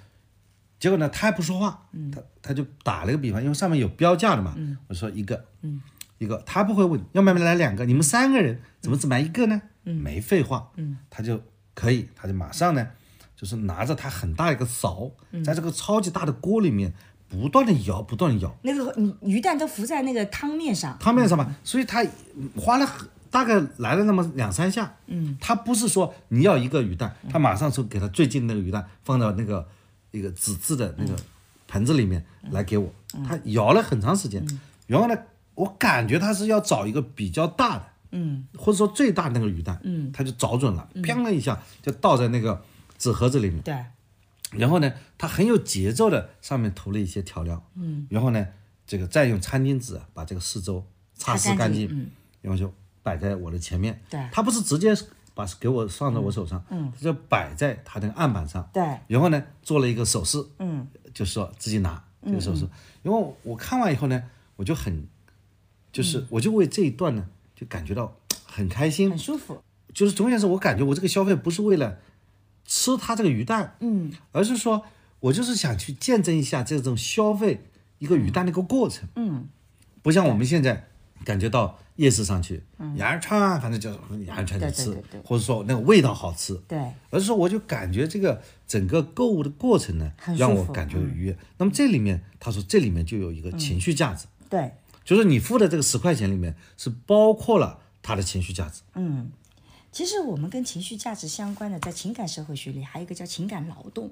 结果呢，他还不说话，他他就打了个比方，因为上面有标价的嘛，我说一个，一个，他不会问，要不然来两个，你们三个人怎么只买一个呢？没废话，他就可以，他就马上呢，就是拿着他很大一个勺，在这个超级大的锅里面不断的摇，不断的摇，那个嗯鱼蛋都浮在那个汤面上，汤面上嘛，所以他花了很大概来了那么两三下，嗯，他不是说你要一个鱼蛋，他马上就给他最近那个鱼蛋放到那个一个纸质的那个盆子里面来给我，他摇了很长时间，然后呢，我感觉他是要找一个比较大的，嗯，或者说最大那个鱼蛋，嗯，他就找准了，砰的一下就倒在那个纸盒子里面，对，然后呢，它很有节奏的上面投了一些调料，嗯，然后呢，这个再用餐巾纸啊把这个四周擦擦拭干干净嗯然后就摆在我的前面。对它不是直接把给我放到我手上，嗯，它就摆在它那个案板上，对然后呢，做了一个手势，嗯，就说自己拿这个手嗯势，因为我看完以后呢，我就很，就是我就为这一段呢就感觉到很开心，嗯很舒服。就是总而言之，我感觉我这个消费不是为了吃它这个鱼蛋，嗯，而是说我就是想去见证一下这种消费一个鱼蛋的一个过程，嗯，不像我们现在感觉到夜市上去，羊肉串反正就是羊肉串就嗯对对吃对对，或者说那个味道好吃，对，而是说我就感觉这个整个购物的过程呢很，舒让我服嗯感觉愉悦。那么这里面他说这里面就有一个情绪价值，对，就是你付的这个十块钱里面是包括了它的情绪价值。其实我们跟情绪价值相关的，在情感社会学里还有一个叫情感劳动。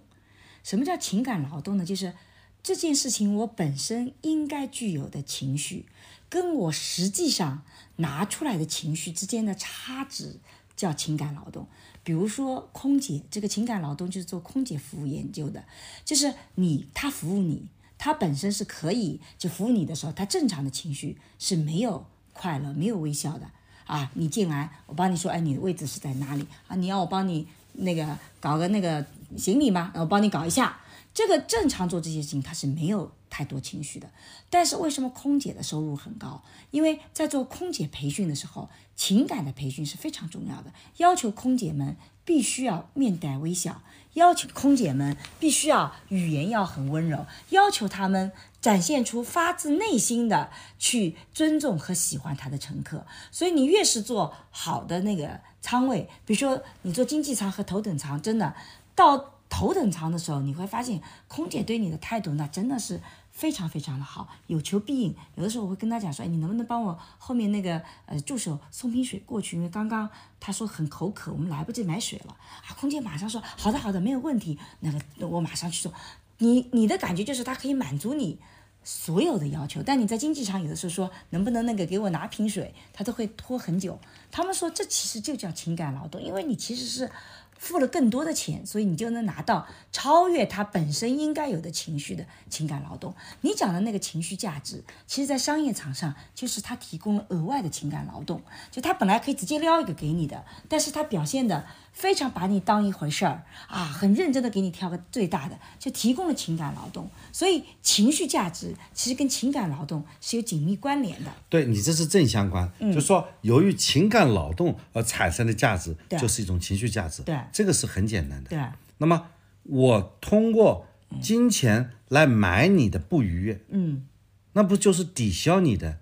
什么叫情感劳动呢？就是这件事情我本身应该具有的情绪，跟我实际上拿出来的情绪之间的差值叫情感劳动。比如说空姐，这个情感劳动就是做空姐服务研究的，就是你他服务你，他本身是可以就服务你的时候，他正常的情绪是没有快乐、没有微笑的。啊，你进来，我帮你说，哎，你的位置是在哪里啊？你要我帮你那个搞个那个行李吗？我帮你搞一下。这个正常做这些事情，他是没有太多情绪的。但是为什么空姐的收入很高？因为在做空姐培训的时候，情感的培训是非常重要的，要求空姐们必须要面带微笑，要求空姐们必须要语言要很温柔，要求她们展现出发自内心的去尊重和喜欢她的乘客。所以你越是做好的那个舱位，比如说你做经济舱和头等舱，真的到头等舱的时候，你会发现空姐对你的态度那真的是非常非常的好，有求必应。有的时候我会跟他讲说，哎，你能不能帮我后面那个呃助手送瓶水过去？因为刚刚他说很口渴，我们来不及买水了。啊，空姐马上说，好的好的，没有问题。那个那我马上去做。你你的感觉就是他可以满足你所有的要求，但你在经济舱有的时候说能不能那个给我拿瓶水，他都会拖很久。他们说这其实就叫情感劳动，因为你其实是付了更多的钱，所以你就能拿到超越他本身应该有的情绪的情感劳动。你讲的那个情绪价值，其实，在商业场上就是他提供了额外的情感劳动，就他本来可以直接撩一个给你的，但是他表现的非常把你当一回事儿啊，很认真的给你挑个最大的，就提供了情感劳动。所以情绪价值其实跟情感劳动是有紧密关联的。对你这是正相关，嗯就是说由于情感劳动而产生的价值，就是一种情绪价值。对这个是很简单的。对，那么我通过金钱来买你的不愉悦，嗯，那不就是抵消你的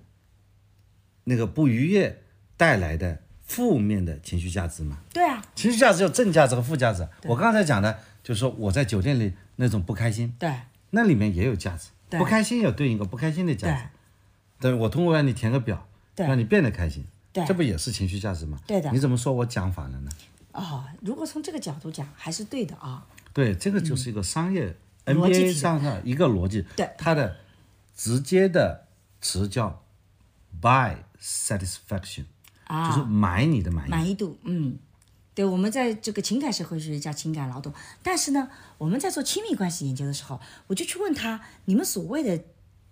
那个不愉悦带来的负面的情绪价值吗？对啊，情绪价值有正价值和负价值。我刚才讲的就是说我在酒店里那种不开心，对那里面也有价值。对不开心有对应一个不开心的价对值。对，我通过让你填个表，对让你变得开心，对这不也是情绪价值吗？对的你怎么说我讲反了呢？哦，如果从这个角度讲，还是对的啊。对，这个就是一个商业、逻辑 NBA 体上的一个逻辑，对它的直接的词叫 buy satisfaction，、啊就是买你的满意。满意度，嗯，对，我们在这个情感社会学叫情感劳动，但是呢，我们在做亲密关系研究的时候，我就去问他，你们所谓的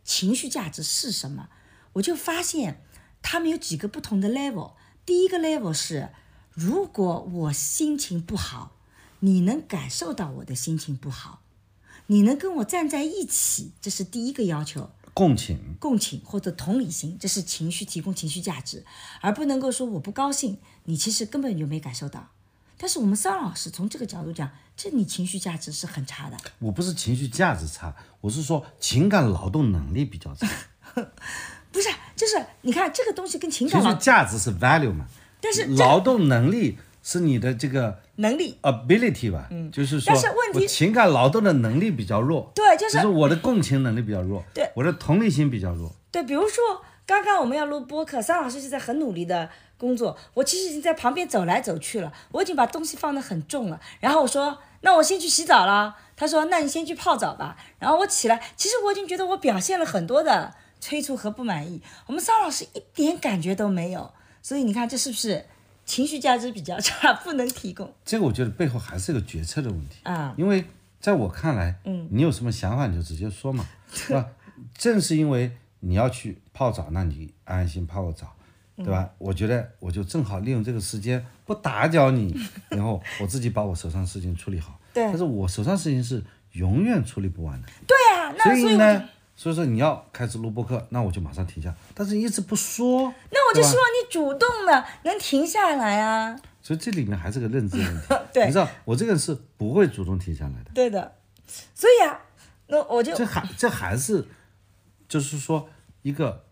情绪价值是什么？我就发现他们有几个不同的 level。第一个 level 是，如果我心情不好，你能感受到我的心情不好，你能跟我站在一起，这是第一个要求。共情，共情或者同理心，这是情绪提供情绪价值，而不能够说我不高兴，你其实根本就没感受到。但是我们桑老师从这个角度讲，这你情绪价值是很差的。我不是情绪价值差，我是说情感劳动能力比较 差。不是，就是你看这个东西跟情情感绪劳价值是 value 嘛，但是这劳动能力是你的这个能力 ability 吧，就是说，嗯但是问题我情感劳动的能力比较弱，对就是是我的共情能力比较弱，对我的同理心比较弱，对，比如说刚刚我们要录播客，桑老师就在很努力的工作，我其实已经在旁边走来走去了，我已经把东西放得很重了。然后我说，那我先去洗澡了。他说，那你先去泡澡吧。然后我起来，其实我已经觉得我表现了很多的催促和不满意，我们桑老师一点感觉都没有。所以你看，这是不是情绪价值比较差， 不能提供？这个我觉得背后还是一个决策的问题啊因为在我看来，嗯，你有什么想法你就直接 说嘛，是吧？正是因为你要去泡澡，那你安安心泡个澡，对吧？嗯我觉得我就正好利用这个时间不打搅你，然后我自己把我手上事情处理好。对但是我手上事情是永远处理不完的，对啊，那所所以以我就呢，所以说你要开始录播课，那我就马上停下，但是一直不说，那我就对吧希望你主动的能停下来啊。。所以这里面还是个认知问题 对你知道我这个人是不会主动停下来的。对的，所以啊，那我就这还这还是就是说一个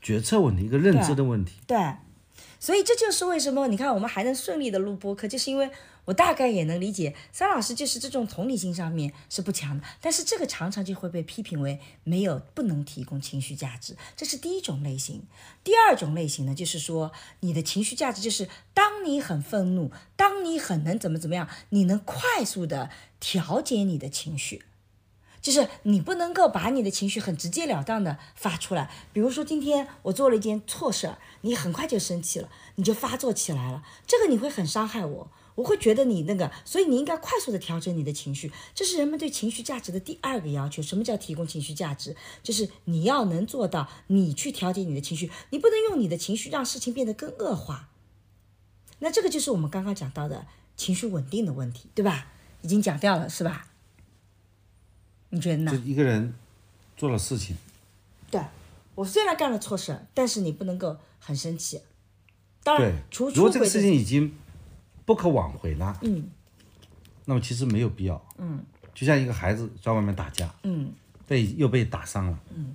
决策问题，一个认知的问题。对，所以这就是为什么你看我们还能顺利的录播客，就是因为我大概也能理解桑老师就是这种同理心上面是不强的，但是这个常常就会被批评为没有不能提供情绪价值，这是第一种类型。第二种类型呢，就是说你的情绪价值就是当你很愤怒，当你很能怎么怎么样，你能快速的调节你的情绪。就是你不能够把你的情绪很直截了当的发出来。比如说今天我做了一件错事儿，你很快就生气了，你就发作起来了，这个你会很伤害我。我会觉得你那个，所以你应该快速的调整你的情绪，这是人们对情绪价值的第二个要求。什么叫提供情绪价值？就是你要能做到你去调节你的情绪，你不能用你的情绪让事情变得更恶化。那这个就是我们刚刚讲到的情绪稳定的问题，对吧？已经讲掉了，是吧？你觉得呢就？一个人做了事情，对，我虽然干了错事，但是你不能够很生气。当对然，除，如出果轨这个事的情已经不可挽回了，嗯，那么其实没有必要，嗯，就像一个孩子在外面打架，嗯，被又被打伤了，嗯，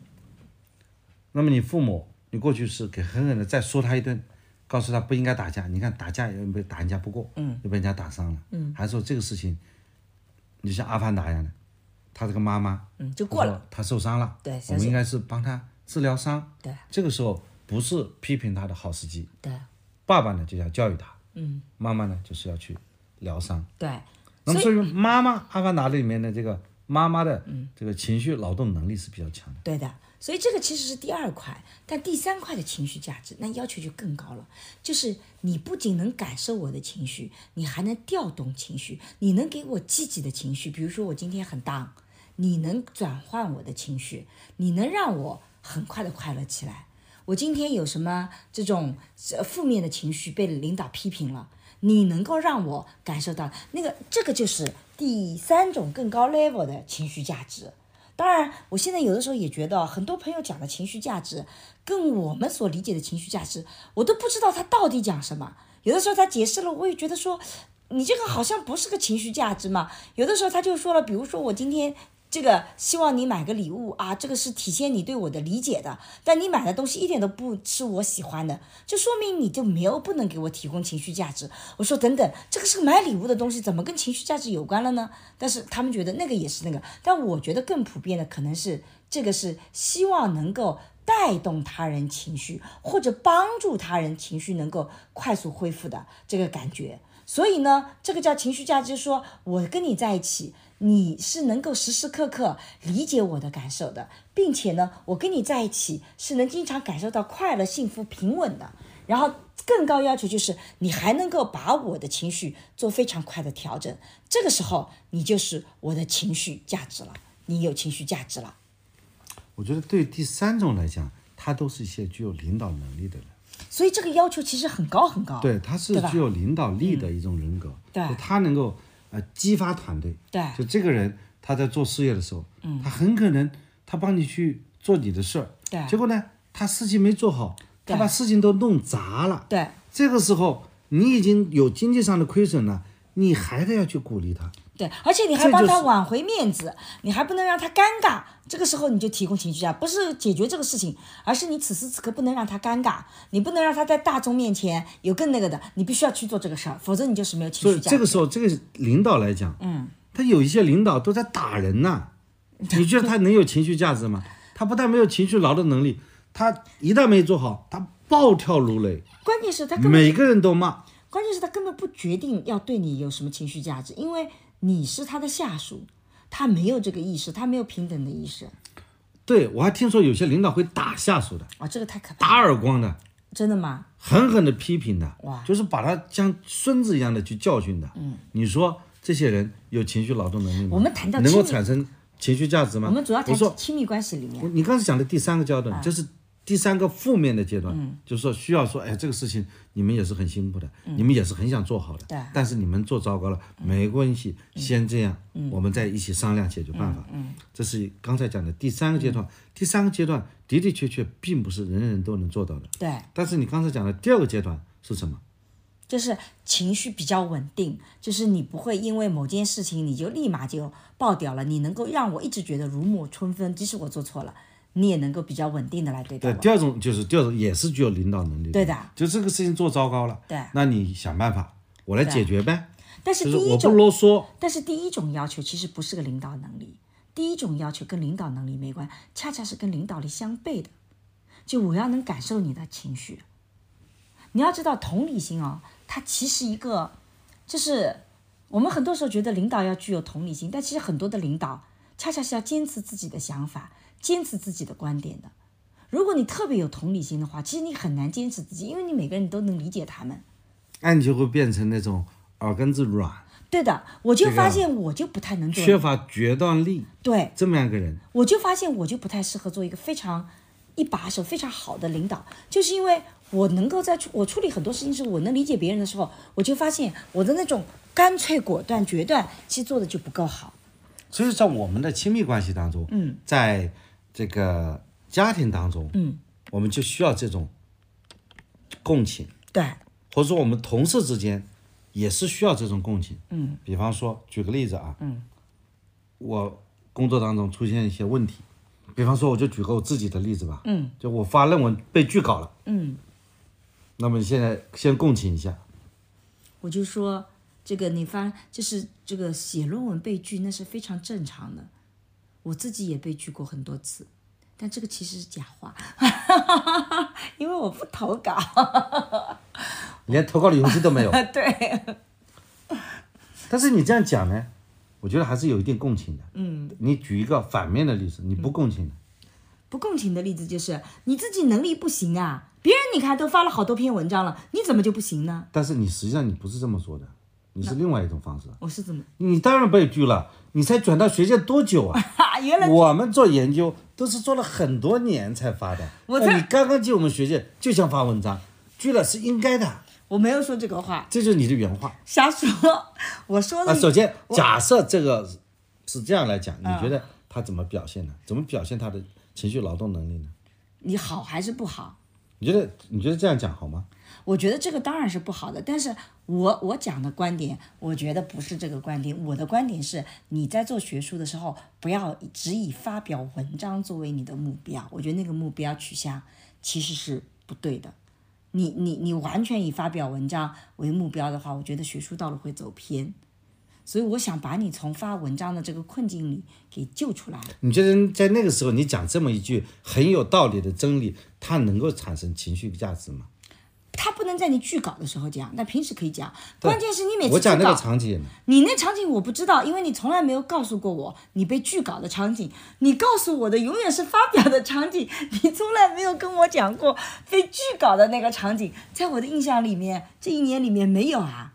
那么你父母，你过去是给狠狠的再说他一顿。告诉他不应该打架，你看打架也被打人家不过，嗯，又被人家打伤了，嗯，还说这个事情，你就像阿凡达一样的，他这个妈妈嗯，就过了。说他受伤了，对我相们信应该是帮他治疗伤。对这个时候不是批评他的好时机，对爸爸呢就要教育他，嗯，妈妈呢就是要去疗伤。对，那么所以说，妈妈《阿凡达》里面的这个妈妈的这个情绪劳动能力是比较强的。嗯对的，所以这个其实是第二块，但第三块的情绪价值那要求就更高了，就是你不仅能感受我的情绪，你还能调动情绪，你能给我积极的情绪，比如说我今天很 down，你能转换我的情绪，你能让我很快的快乐起来。我今天有什么这种呃负面的情绪被领导批评了，你能够让我感受到那个，这个就是第三种更高 level 的情绪价值。当然，我现在有的时候也觉得，啊很多朋友讲的情绪价值，跟我们所理解的情绪价值，我都不知道他到底讲什么。有的时候他解释了，我也觉得说，你这个好像不是个情绪价值嘛。有的时候他就说了，比如说我今天。这个希望你买个礼物啊，这个是体现你对我的理解的，但你买的东西一点都不是我喜欢的，就说明你就没有不能给我提供情绪价值。我说等等，这个是个买礼物的东西，怎么跟情绪价值有关了呢？但是他们觉得那个也是那个，但我觉得更普遍的可能是这个是希望能够带动他人情绪，或者帮助他人情绪能够快速恢复的这个感觉。所以呢，这个叫情绪价值说，我跟你在一起，你是能够时时刻刻理解我的感受的，并且呢，我跟你在一起是能经常感受到快乐、幸福、平稳的。然后更高要求就是你还能够把我的情绪做非常快的调整，这个时候你就是我的情绪价值了，你有情绪价值了。我觉得对第三种来讲，他都是一些具有领导能力的人，所以这个要求其实很高很高。对，他是对吧嗯具有领导力的一种人格，对就他能够呃激发团队，对嗯就这个人他在做事业的时候，他很可能他帮你去做你的事儿，对结果呢，他事情没做好，他把事情都弄砸了，对这个时候你已经有经济上的亏损了，你还得要去鼓励他，对，而且你还这就帮是他挽回面子，你还不能让他尴尬。这个时候你就提供情绪价值，不是解决这个事情，而是你此时此刻不能让他尴尬，你不能让他在大众面前有更那个的，你必须要去做这个事儿，否则你就是没有情所绪以价值。这个时候，这个领导来讲，嗯，他有一些领导都在打人呐、 你觉得他能有情绪价值吗？他不但没有情绪劳动能力，他一旦没做好，他暴跳如雷，关键是他根本每个人都骂。关键是他根本不决定要对你有什么情绪价值，因为你是他的下属，他没有这个意识，他没有平等的意识啊、对我还听说有些领导会打下属的，这个太可怕了，打耳光的，真的吗？狠狠的批评的，就是把他像孙子一样的去教训的。嗯，你说这些人有情绪劳动能力吗？我们谈到能亲够密产生情绪价值吗？我们主要谈我说亲密关系里面，我你刚才讲的第三个阶嗯段，就是第三个负面的阶段，就是说需要说，哎，这个事情你们也是很辛苦的，你们也是很想做好的，嗯对嗯但是你们做糟糕了，没关系，先这样，我们再一起商量解决办法。嗯这是刚才讲的第三个阶段，第三个阶段的的确确并不是人人都能做到的。对，但是你刚才讲的第二个阶段是什么？就是情绪比较稳定，就是你不会因为某件事情你就立马就爆掉了，你能够让我一直觉得如沐春风，即使我做错了，你也能够比较稳定的来对待对，我。第二种就是第二种也是具有领导能力的，对的就这个事情做糟糕了，对那你想办法，我来解决呗，但是就第是一我不种啰嗦，但是第一种要求其实不是个领导能力，第一种要求跟领导能力没关，恰恰是跟领导力相悖的。就我要能感受你的情绪，你要知道同理心哦，它其实一个就是我们很多时候觉得领导要具有同理心，但其实很多的领导恰恰是要坚持自己的想法，坚持自己的观点的。如果你特别有同理心的话，其实你很难坚持自己，因为你每个人都能理解他们。那你就会变成那种耳根子软、对的，我就个发现我就不太能做。缺乏决断力对，这么样一个人。我就发现我就不太适合做一个非常一把手、非常好的领导，就是因为我能够在处我处理很多事情时，我能理解别人的时候，我就发现我的那种干脆、果断、决断，其实做的就不够好。所以在我们的亲密关系当中，嗯，在这个家庭当中，嗯，我们就需要这种共情，对，或者说我们同事之间也是需要这种共情。嗯，比方说，举个例子啊，嗯，我工作当中出现一些问题，比方说我就举个我自己的例子吧，嗯，就我发论文被拒稿了，嗯，那么现在先共情一下，我就说这个你发就是这个写论文被拒，那是非常正常的。我自己也被拒过很多次，但这个其实是假话， 因为我不投稿。 连投稿的勇气都没有。对，但是你这样讲呢，我觉得还是有一定共情的。嗯，你举一个反面的例子，你不共情的，嗯不共情的例子就是你自己能力不行啊，别人你看都发了好多篇文章了，你怎么就不行呢？但是你实际上你不是这么说的，你是另外一种方式。我是怎么？你当然被拒了，你才转到学界多久啊？哈， 原来我们做研究都是做了很多年才发的。我哎在你刚刚进我们学界就想发文章，拒了是应该的，我没有说这个话，这就是你的原话瞎说。嗯我嗯说啊。的首先，假设这个是是这样来讲，你觉得他怎么表现呢？怎么表现他的情绪劳动能力呢？你好还是不好？你觉得你觉得这样讲好吗？我觉得这个当然是不好的，但是我我讲的观点，我觉得不是这个观点。我的观点是，你在做学术的时候，不要只以发表文章作为你的目标。我觉得那个目标取向其实是不对的。你你你完全以发表文章为目标的话，我觉得学术道路会走偏。所以我想把你从发文章的这个困境里给救出来。你觉得在那个时候你讲这么一句很有道理的真理，它能够产生情绪价值吗？他不能在你拒稿的时候讲，但平时可以讲。关键是你每次我讲拒那个稿场景，你那场景我不知道，因为你从来没有告诉过我你被拒稿的场景，你告诉我的永远是发表的场景，你从来没有跟我讲过被拒稿的那个场景，在我的印象里面，这一年里面没有啊。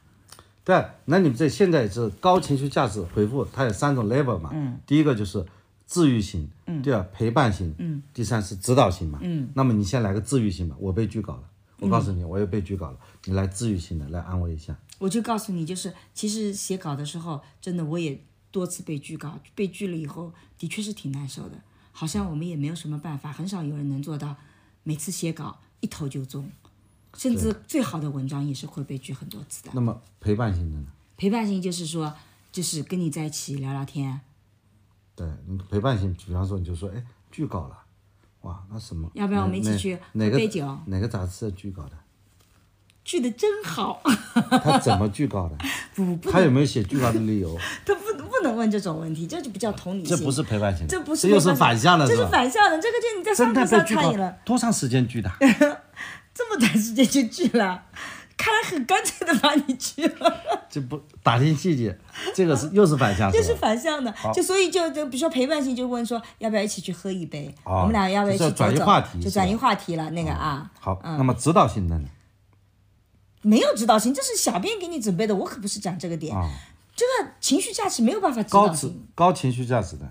对，那你们这现在是高情绪价值回复，它有三种 level 嘛？嗯，第一个就是治愈型，嗯，第二陪伴型，嗯，第三是指导型嘛，嗯。那么你先来个治愈型吧，我被拒稿了，我告诉你，我又被拒稿了，你来治愈型的来安慰一下。我就告诉你，就是其实写稿的时候，真的我也多次被拒稿，被拒了以后，的确是挺难受的。好像我们也没有什么办法，很少有人能做到每次写稿一投就中，甚至最好的文章也是会被拒很多次的。那么陪伴型的呢？陪伴型就是说，就是跟你在一起聊聊天，对，你陪伴型，比方说你就说，哎，拒稿了，哇，那什么？要不然哪我们一起哪去哪喝个杯酒哪个杂志拒稿的？聚的真好。 他怎么拒稿的？不不，他有没有写拒稿的理由？他不不能问这种问题，这就不叫同理心。这不是，陪伴型的，这不是这又陪伴是反向的，这是是吧？反向的，这个就你在真商的品被上拒参稿与了多长时间拒的？这么短时间就拒了，看来很干脆的把你 拒了，这不打听细节，这个是又是反 向，这是是吧反向的。就所以就就比如说陪伴型，就问说要不要一起去喝一杯，哦我们俩要不要一起走这是转走，移话题就是吧转移话题了那个啊。好，那么指导型的呢？没有指导型，这是小编给你准备的，我可不是讲这个点。啊，这个情绪价值没有办法指高导值性，高情绪价值的。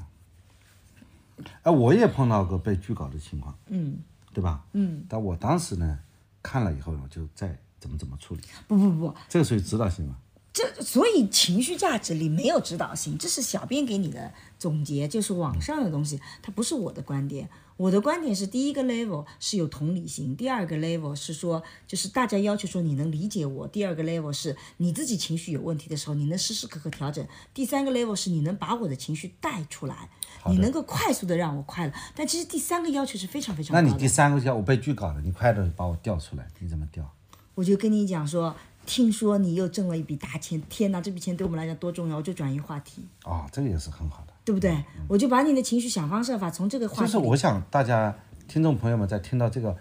哎，我也碰到过被拒稿的情况，嗯，对吧？嗯，但我当时呢，看了以后，我就再怎么怎么处理，不不不，这个属于指导性嘛？这所以情绪价值里没有指导性，这是小编给你的总结，就是网上的东西，它不是我的观点。我的观点是，第一个 level 是有同理心，第二个 level 是说，就是大家要求说你能理解我；第二个 level 是你自己情绪有问题的时候，你能时时刻刻调整；第三个 level 是你能把我的情绪带出来，你能够快速的让我快乐。但其实第三个要求是非常非常那高的。你第三个叫我被拒稿了，你快点把我调出来，你怎么调？我就跟你讲说，听说你又挣了一笔大钱，天哪，这笔钱对我们来讲多重要！我就转移话题，啊、这个也是很好的。对不对？我就把你的情绪想方设法从这个就话是题嗯里，我想大家听众朋友们在听到这个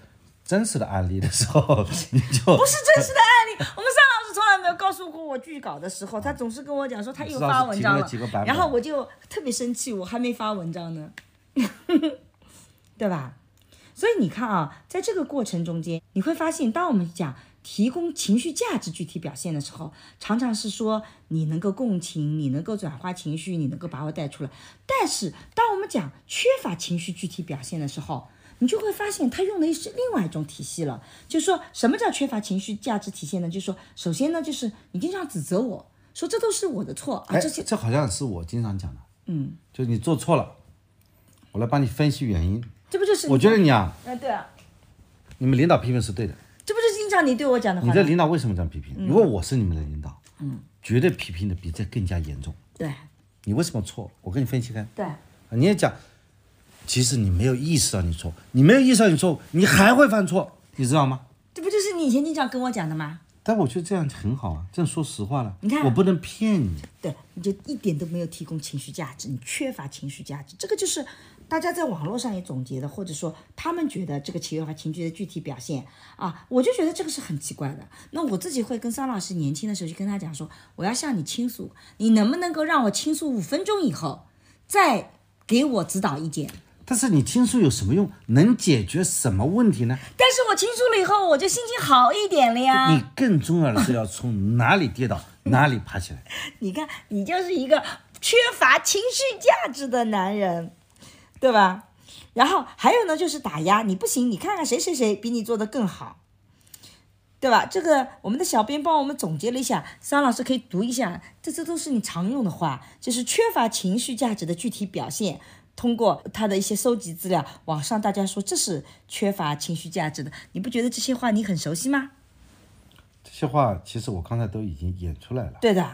真实的案例的时候， 你就不是真实的案例。哎我们尚老师从来没有告诉过我拒稿的时候，他总是跟我讲说他又发文章知道是提供了几个版本然后我就特别生气，我还没发文章呢， 对吧？所以你看啊，在这个过程中间，你会发现，当我们讲提供情绪价值具体表现的时候，常常是说你能够共情，你能够转化情绪，你能够把我带出来。但是，当我们讲缺乏情绪具体表现的时候，你就会发现他用的是另外一种体系了。就是说什么叫缺乏情绪价值体现呢？就是说，首先呢，就是你经常指责我说这都是我的错啊，哎，这些这好像是我经常讲的，嗯，就你做错了，我来帮你分析原因。这不就是 我觉得你啊，嗯对啊，你们领导批评是对的，这不就是经常你对我讲的话嗯你吗？的领导为什么这样批评？如果我是你们的领导，嗯，绝对批评的比这更加严重。对你为什么错？我跟你分析看。啊对你也讲，其实你没有意识到你错，你没有意识到你错，你还会犯错，你知道吗？这不就是你以前经常跟我讲的吗？但我觉得这样很好啊，这样说实话了，你看我不能骗你，对，你就一点都没有提供情绪价值，你缺乏情绪价值，这个就是大家在网络上也总结的，或者说他们觉得这个情绪和情绪的具体表现啊，我就觉得这个是很奇怪的。那我自己会跟桑老师年轻的时候就跟他讲说，我要向你倾诉，你能不能够让我倾诉五分钟以后再给我指导意见？但是你倾诉有什么用？能解决什么问题呢？但是我倾诉了以后，我就心情好一点了呀。你更重要的是要从哪里跌倒哪里爬起来。你看，你就是一个缺乏情绪价值的男人，对吧？然后还有呢，就是打压你不行，你看看谁谁谁比你做的更好，对吧？这个我们的小编帮我们总结了一下，桑老师可以读一下，这这都是你常用的话，就是缺乏情绪价值的具体表现。通过他的一些收集资料，网上大家说这是缺乏情绪价值的，你不觉得这些话你很熟悉吗？这些话其实我刚才都已经演出来了。对的，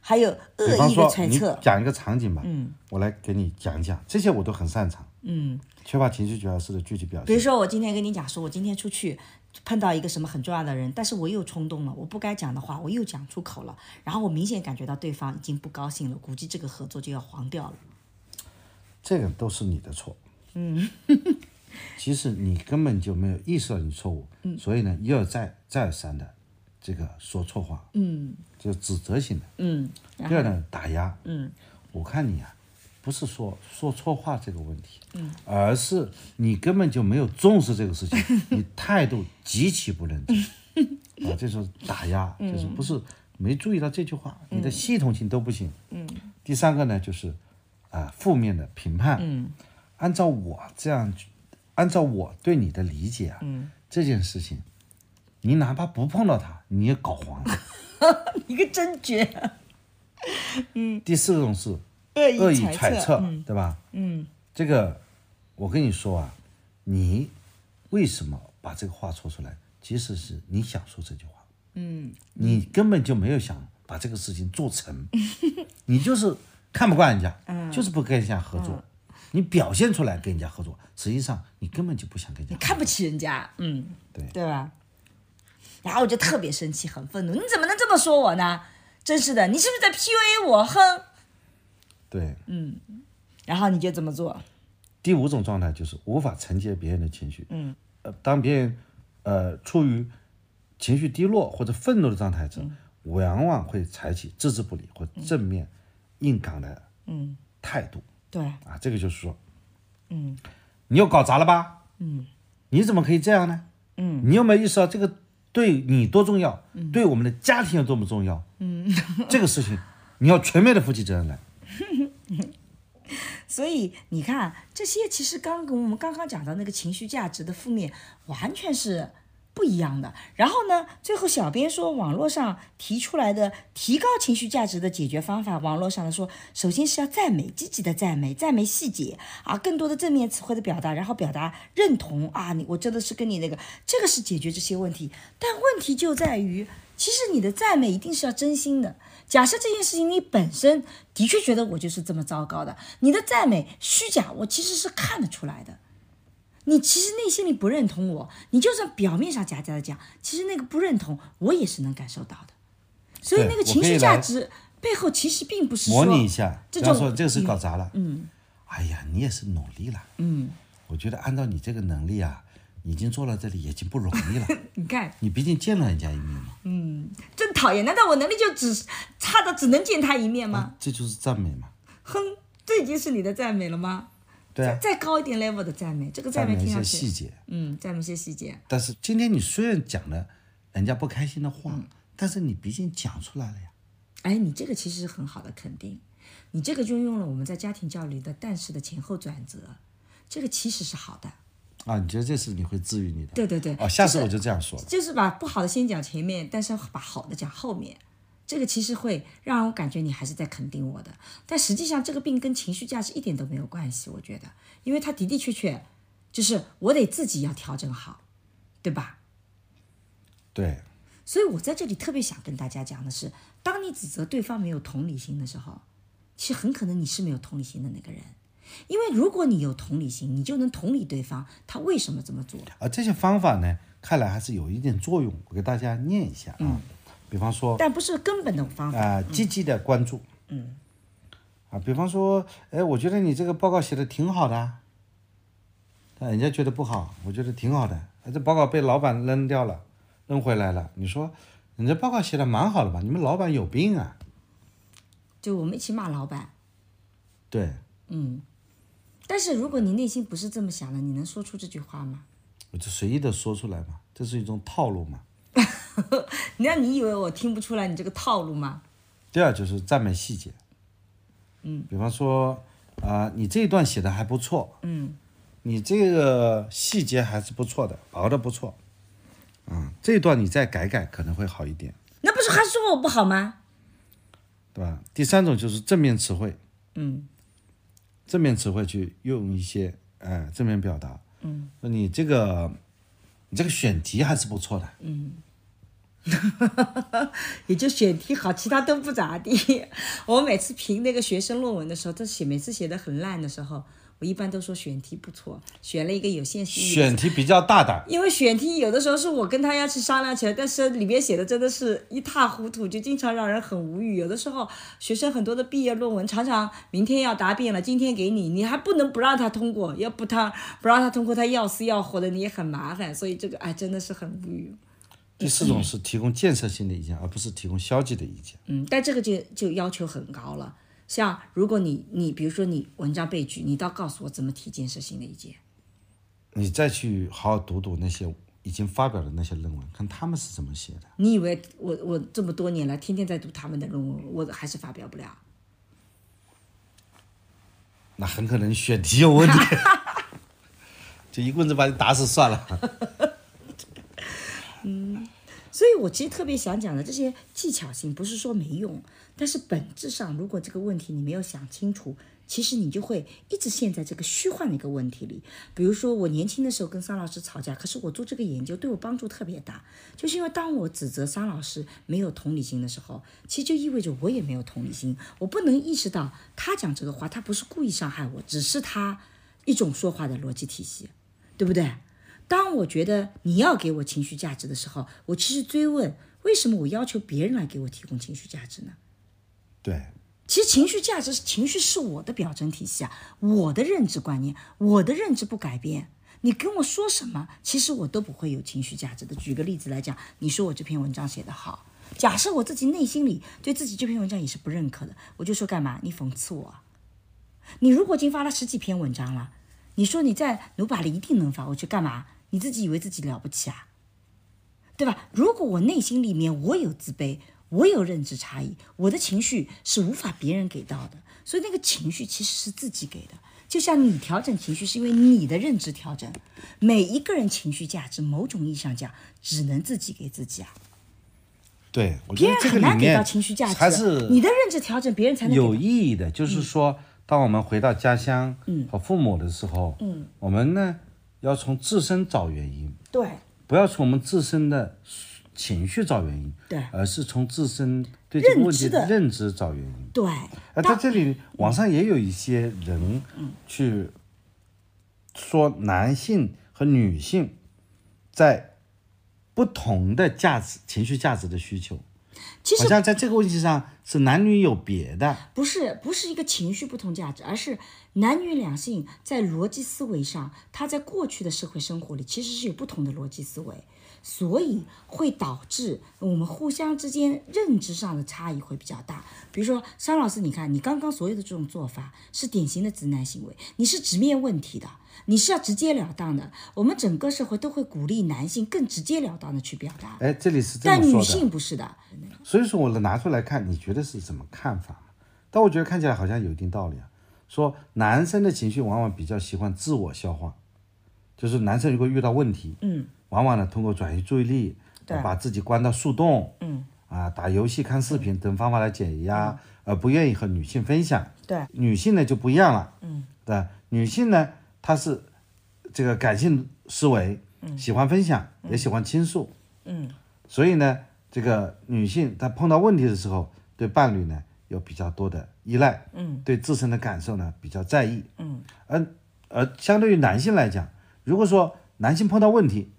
还有比恶方意的说，揣你测，讲一个场景吧，嗯，我来给你讲一讲，这些我都很擅长。嗯，缺乏情绪主要是的具体表比如现。说，我今天跟你讲说，我今天出去碰到一个什么很重要的人，但是我又冲动了，我不该讲的话我又讲出口了，然后我明显感觉到对方已经不高兴了，估计这个合作就要黄掉了。这个都是你的错。嗯， 其实你根本就没有意识到你错误，嗯，所以呢，一而再，再而三的这个说错话，嗯，就指责性的，嗯，第二呢，打压。嗯，我看你啊，不是说说错话这个问题，嗯，而是你根本就没有重视这个事 情，你态度极其不 认真，啊，这就是打压，就是不是没注意到这句话，你的系统性都不行。嗯，第三个呢，就是啊、负面的评判。嗯，按照我这样，按照我对你的理解啊，嗯，这件事情，你哪怕不碰到它，你也搞黄了。一个真绝，第四种是恶恶意揣揣测，对吧？嗯，这个我跟你说啊，你为什么把这个话说出来？其实是你想说这句话，嗯，你根本就没有想把这个事情做成， 你就是看不惯人家，就是不跟人家合作，你表现出来跟人家合作，实际上你根本就不想跟人家合作。看不起人家，嗯，对对吧？然后我就特别生气，很愤怒，你怎么能这么说我呢？真是的，你是不是在 PUA 我？哼！对，然后你就怎么做？第五种状态就是无法承接别人的情绪。嗯，呃，当别人呃处于情绪低落或者愤怒的状态时，往往会采取置之不理或正面硬刚的嗯态度对，啊。这个就是说，嗯，你又搞砸了吧？嗯，你怎么可以这样呢？嗯，你有没有意识到这个对你多重要？对我们的家庭有多么重要？嗯， 这个事情你要全面的负起责任来。所以你看，这些其实刚跟我们刚刚讲到那个情绪价值的负面，完全是不一样的。然后呢，最后小编说，网络上提出来的提高情绪价值的解决方法，网络上的说，首先是要赞美，积极的赞美，赞美细节啊，更多的正面词汇的表达，然后表达认同啊，你我真的是跟你那个，这个是解决这些问题。但问题就在于，其实你的赞美一定是要真心的。假设这件事情你本身的确觉得我就是这么糟糕的，你的赞美虚假，我其实是看得出来的。你其实内心里不认同我，你就算表面上假假的讲，其实那个不认同我也是能感受到的。所以对那个我情可以绪价来值背后其实并不是模说拟一下，这比方种说这个事搞砸了，嗯，哎呀，你也是努力了，嗯，我觉得按照你这个能力啊，已经做到这里已经不容易了， 你看，你毕竟见了人家一面嘛，真讨厌！难道我能力就只差的只能见他一面吗？这就是赞美嘛，哼，这已经是你的赞美了吗？对啊，再高一点 level 的赞美，这个赞美美一听些上细去，节。嗯，赞美一些细节，但是今天你虽然讲了人家不开心的话，嗯但是你毕竟讲出来了呀，哎，你这个其实是很好的肯定，你这个就用了我们在家庭教育里的“但是”的前后转折，这个其实是好的。啊，你觉得这事你会治愈你的？对对对，哦，下次我就这样说了。就是把不好的先讲前面，但是把好的讲后面。这个其实会让我感觉你还是在肯定我的，但实际上这个病跟情绪价值一点都没有关系，我觉得，因为它的的确确就是我得自己要调整好，对吧？对，所以我在这里特别想跟大家讲的是，当你指责对方没有同理心的时候，其实很可能你是没有同理心的那个人，因为如果你有同理心，你就能同理对方他为什么这么做。嗯而这些方法呢，看来还是有一点作用。我给大家念一下啊，比方说但不是根本的方法。啊、积极的关注，嗯，啊，比方说，哎，我觉得你这个报告写的挺好的啊，但人家觉得不好，我觉得挺好的，哎，这报告被老板扔掉了，扔回来了，你说，你这报告写的蛮好的吧？你们老板有病啊？就我们一起骂老板，对，但是如果你内心不是这么想的，你能说出这句话吗？我就随意的说出来嘛，这是一种套路嘛。那你以为我听不出来你这个套路吗？第二就是赞美细节，嗯，比方说，啊、你这一段写的还不错，嗯，你这个细节还是不错的，熬的不错，啊、这一段你再改改可能会好一点，那不是还说我不好吗？对吧？第三种就是正面词汇，嗯，正面词汇去用一些，呃，正面表达，嗯，说你这个，你这个选题还是不错的，也就选题好，其他都不咋地。 我每次评那个学生论文的时候，他写每次写的很烂的时候，我一般都说选题不错，选了一个有限性。选题比较大胆，因为选题有的时候是我跟他要去商量起来，但是里面写的真的是一塌糊涂，就经常让人很无语。有的时候学生很多的毕业论文，常常明天要答辩了，今天给你，你还不能不让他通过，要不他不让他通过，他要死要活的，你也很麻烦。所以这个哎，真的是很无语。第四种是提供建设性的意见，而不是提供消极的意见。嗯，但这个就就要求很高了。像如果你你比如说你文章被拒，你倒告诉我怎么提建设性的意见。你再去好好读读那些已经发表的那些论文，看他们是怎么写的。你以为我我这么多年来天天在读他们的论文，我还是发表不了？那很可能选题有 问题，就一棍子把你打死算了。所以我其实特别想讲的这些技巧性，不是说没用，但是本质上，如果这个问题你没有想清楚，其实你就会一直陷在这个虚幻的一个问题里。比如说，我年轻的时候跟桑老师吵架，可是我做这个研究对我帮助特别大，就是因为当我指责桑老师没有同理心的时候，其实就意味着我也没有同理心，我不能意识到他讲这个话，他不是故意伤害我，只是他一种说话的逻辑体系，对不对？当我觉得你要给我情绪价值的时候，我其实追问为什么我要求别人来给我提供情绪价值呢？对，其实情绪价值是情绪是我的表征体系啊，我的认知观念，我的认知不改变，你跟我说什么，其实我都不会有情绪价值的。举个例子来讲，你说我这篇文章写得好，假设我自己内心里对自己这篇文章也是不认可的，我就说干嘛？你讽刺我啊？你如果已经发了十几篇文章了，你说你在努把里一定能发，我去干嘛？你自己以为自己了不起啊？对吧？如果我内心里面我有自卑，我有认知差异，我的情绪是无法别人给到的，所以那个情绪其实是自己给的。就像你调整情绪，是因为你的认知调整。每一个人情绪价值，某种意义上讲，只能自己给自己啊。对，我觉得别人这个很里难给面到情绪价值，还是你的嗯认知调整，别人才能给到有意义的，就是说，当我们回到家乡嗯和父母的时候，嗯，我们呢要从自身找原因，对不要从我们自身的情绪找原因，对而是从自身对这个问题认知的认知找原因。对，而呃在这嗯里，网上也有一些人去说男性和女性在不同的价值、情绪价值的需求，其实好像在这个问题上是男女有别的。不是不是一个情绪不同价值，而是男女两性在逻辑思维上，他在过去的社会生活里其实是有不同的逻辑思维，所以会导致我们互相之间认知上的差异会比较大。比如说，商老师，你看你刚刚所有的这种做法是典型的直男行为，你是直面问题的。你是要直截了当的，我们整个社会都会鼓励男性更直截了当的去表达，哎，这里是这么但说女的。性不是的。所以说我拿出来看，你觉得是怎么看法嘛？但我觉得看起来好像有一定道理啊。说男生的情绪往往比较喜欢自我消化，就是男生如果遇到问题，嗯，往往呢通过转移注意力，把自己关到树洞，嗯，啊，打游戏、看视频等方法来解压，而不愿意和女性分享。对，女性呢就不一样了，嗯，对，女性呢她是这个感性思维，喜欢分享，也喜欢倾诉，所以呢，这个女性她碰到问题的时候，对伴侣呢有比较多的依赖，嗯，对自身的感受呢比较在意，嗯，而而相对于男性来讲，如果说男性碰到问题，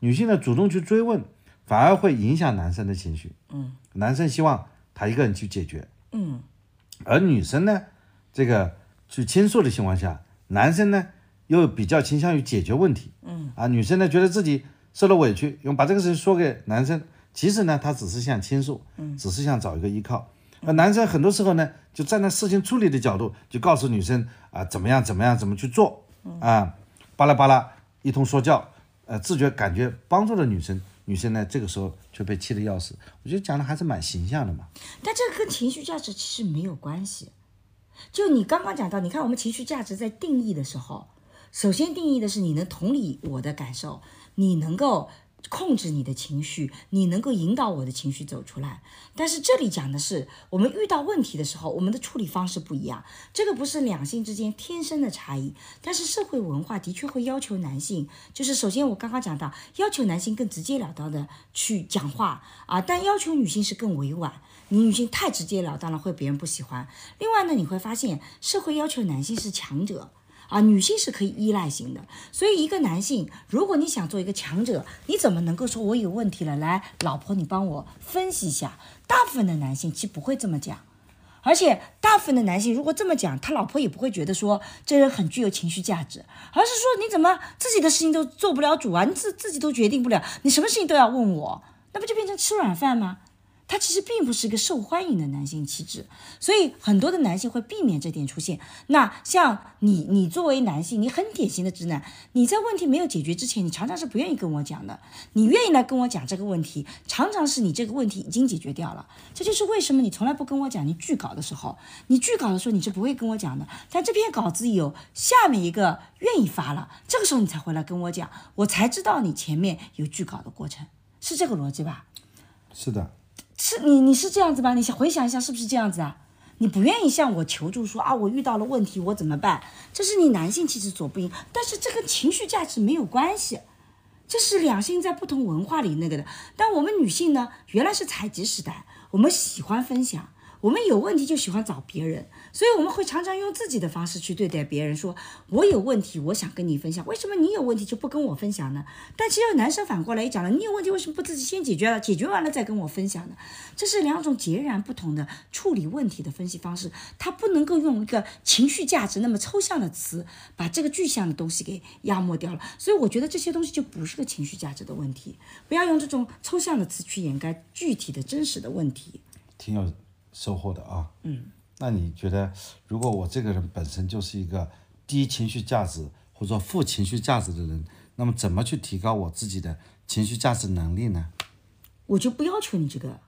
女性呢主动去追问，反而会影响男生的情绪。嗯，男生希望他一个人去解决。嗯，而女生呢，这个去倾诉的情况下，男生呢又比较倾向于解决问题。嗯，啊，女生呢觉得自己受了委屈，用把这个事情说给男生，其实呢他只是想倾诉，嗯，只是想找一个依靠。而男生很多时候呢，就站在事情处理的角度，就告诉女生啊、怎么样怎么样怎么去做啊，巴拉巴拉一通说教，呃，自觉感觉帮助了女生，女生呢这个时候就被气得要死。我觉得讲的还是蛮形象的嘛。但这个跟情绪价值其实没有关系。就你刚刚讲到，你看我们情绪价值在定义的时候，首先定义的是你能同理我的感受，你能够控制你的情绪，你能够引导我的情绪走出来。但是这里讲的是，我们遇到问题的时候，我们的处理方式不一样，这个不是两性之间天生的差异。但是社会文化的确会要求男性，就是首先我刚刚讲到，要求男性更直截了当的去讲话啊，但要求女性是更委婉。你女性太直截了当了，会别人不喜欢。另外呢，你会发现社会要求男性是强者。啊，女性是可以依赖型的，所以一个男性，如果你想做一个强者，你怎么能够说我有问题了，来，老婆你帮我分析一下？大部分的男性其实不会这么讲，而且大部分的男性如果这么讲，他老婆也不会觉得说这人很具有情绪价值，而是说你怎么自己的事情都做不了主啊，你自自己都决定不了，你什么事情都要问我，那不就变成吃软饭吗？他其实并不是一个受欢迎的男性气质，所以很多的男性会避免这点出现。那像你，你作为男性，你很典型的直男，你在问题没有解决之前，你常常是不愿意跟我讲的。你愿意来跟我讲这个问题，常常是你这个问题已经解决掉了。这就是为什么你从来不跟我讲你拒稿的时候，你拒稿的时候你是不会跟我讲的。但这篇稿子有下面一个愿意发了，这个时候你才回来跟我讲，我才知道你前面有拒稿的过程，是这个逻辑吧？是的，是你你是这样子吧？你想回想一下，是不是这样子啊？你不愿意向我求助说啊，我遇到了问题，我怎么办？这是你男性气质所不应，但是这跟情绪价值没有关系，这是两性在不同文化里那个的。但我们女性呢，原来是采集时代，我们喜欢分享，我们有问题就喜欢找别人，所以我们会常常用自己的方式去对待别人，说我有问题，我想跟你分享，为什么你有问题就不跟我分享呢？但其实男生反过来也讲了，你有问题为什么不自己先解决了，解决完了再跟我分享呢？这是两种截然不同的处理问题的分析方式，它不能够用一个情绪价值那么抽象的词把这个具象的东西给压没掉了。所以我觉得这些东西就不是个情绪价值的问题，不要用这种抽象的词去掩盖具体的真实的问题。挺有收获的啊。嗯，那你觉得，如果我这个人本身就是一个低情绪价值或者说负情绪价值的人，那么怎么去提高我自己的情绪价值能力呢？我就不要求你这个，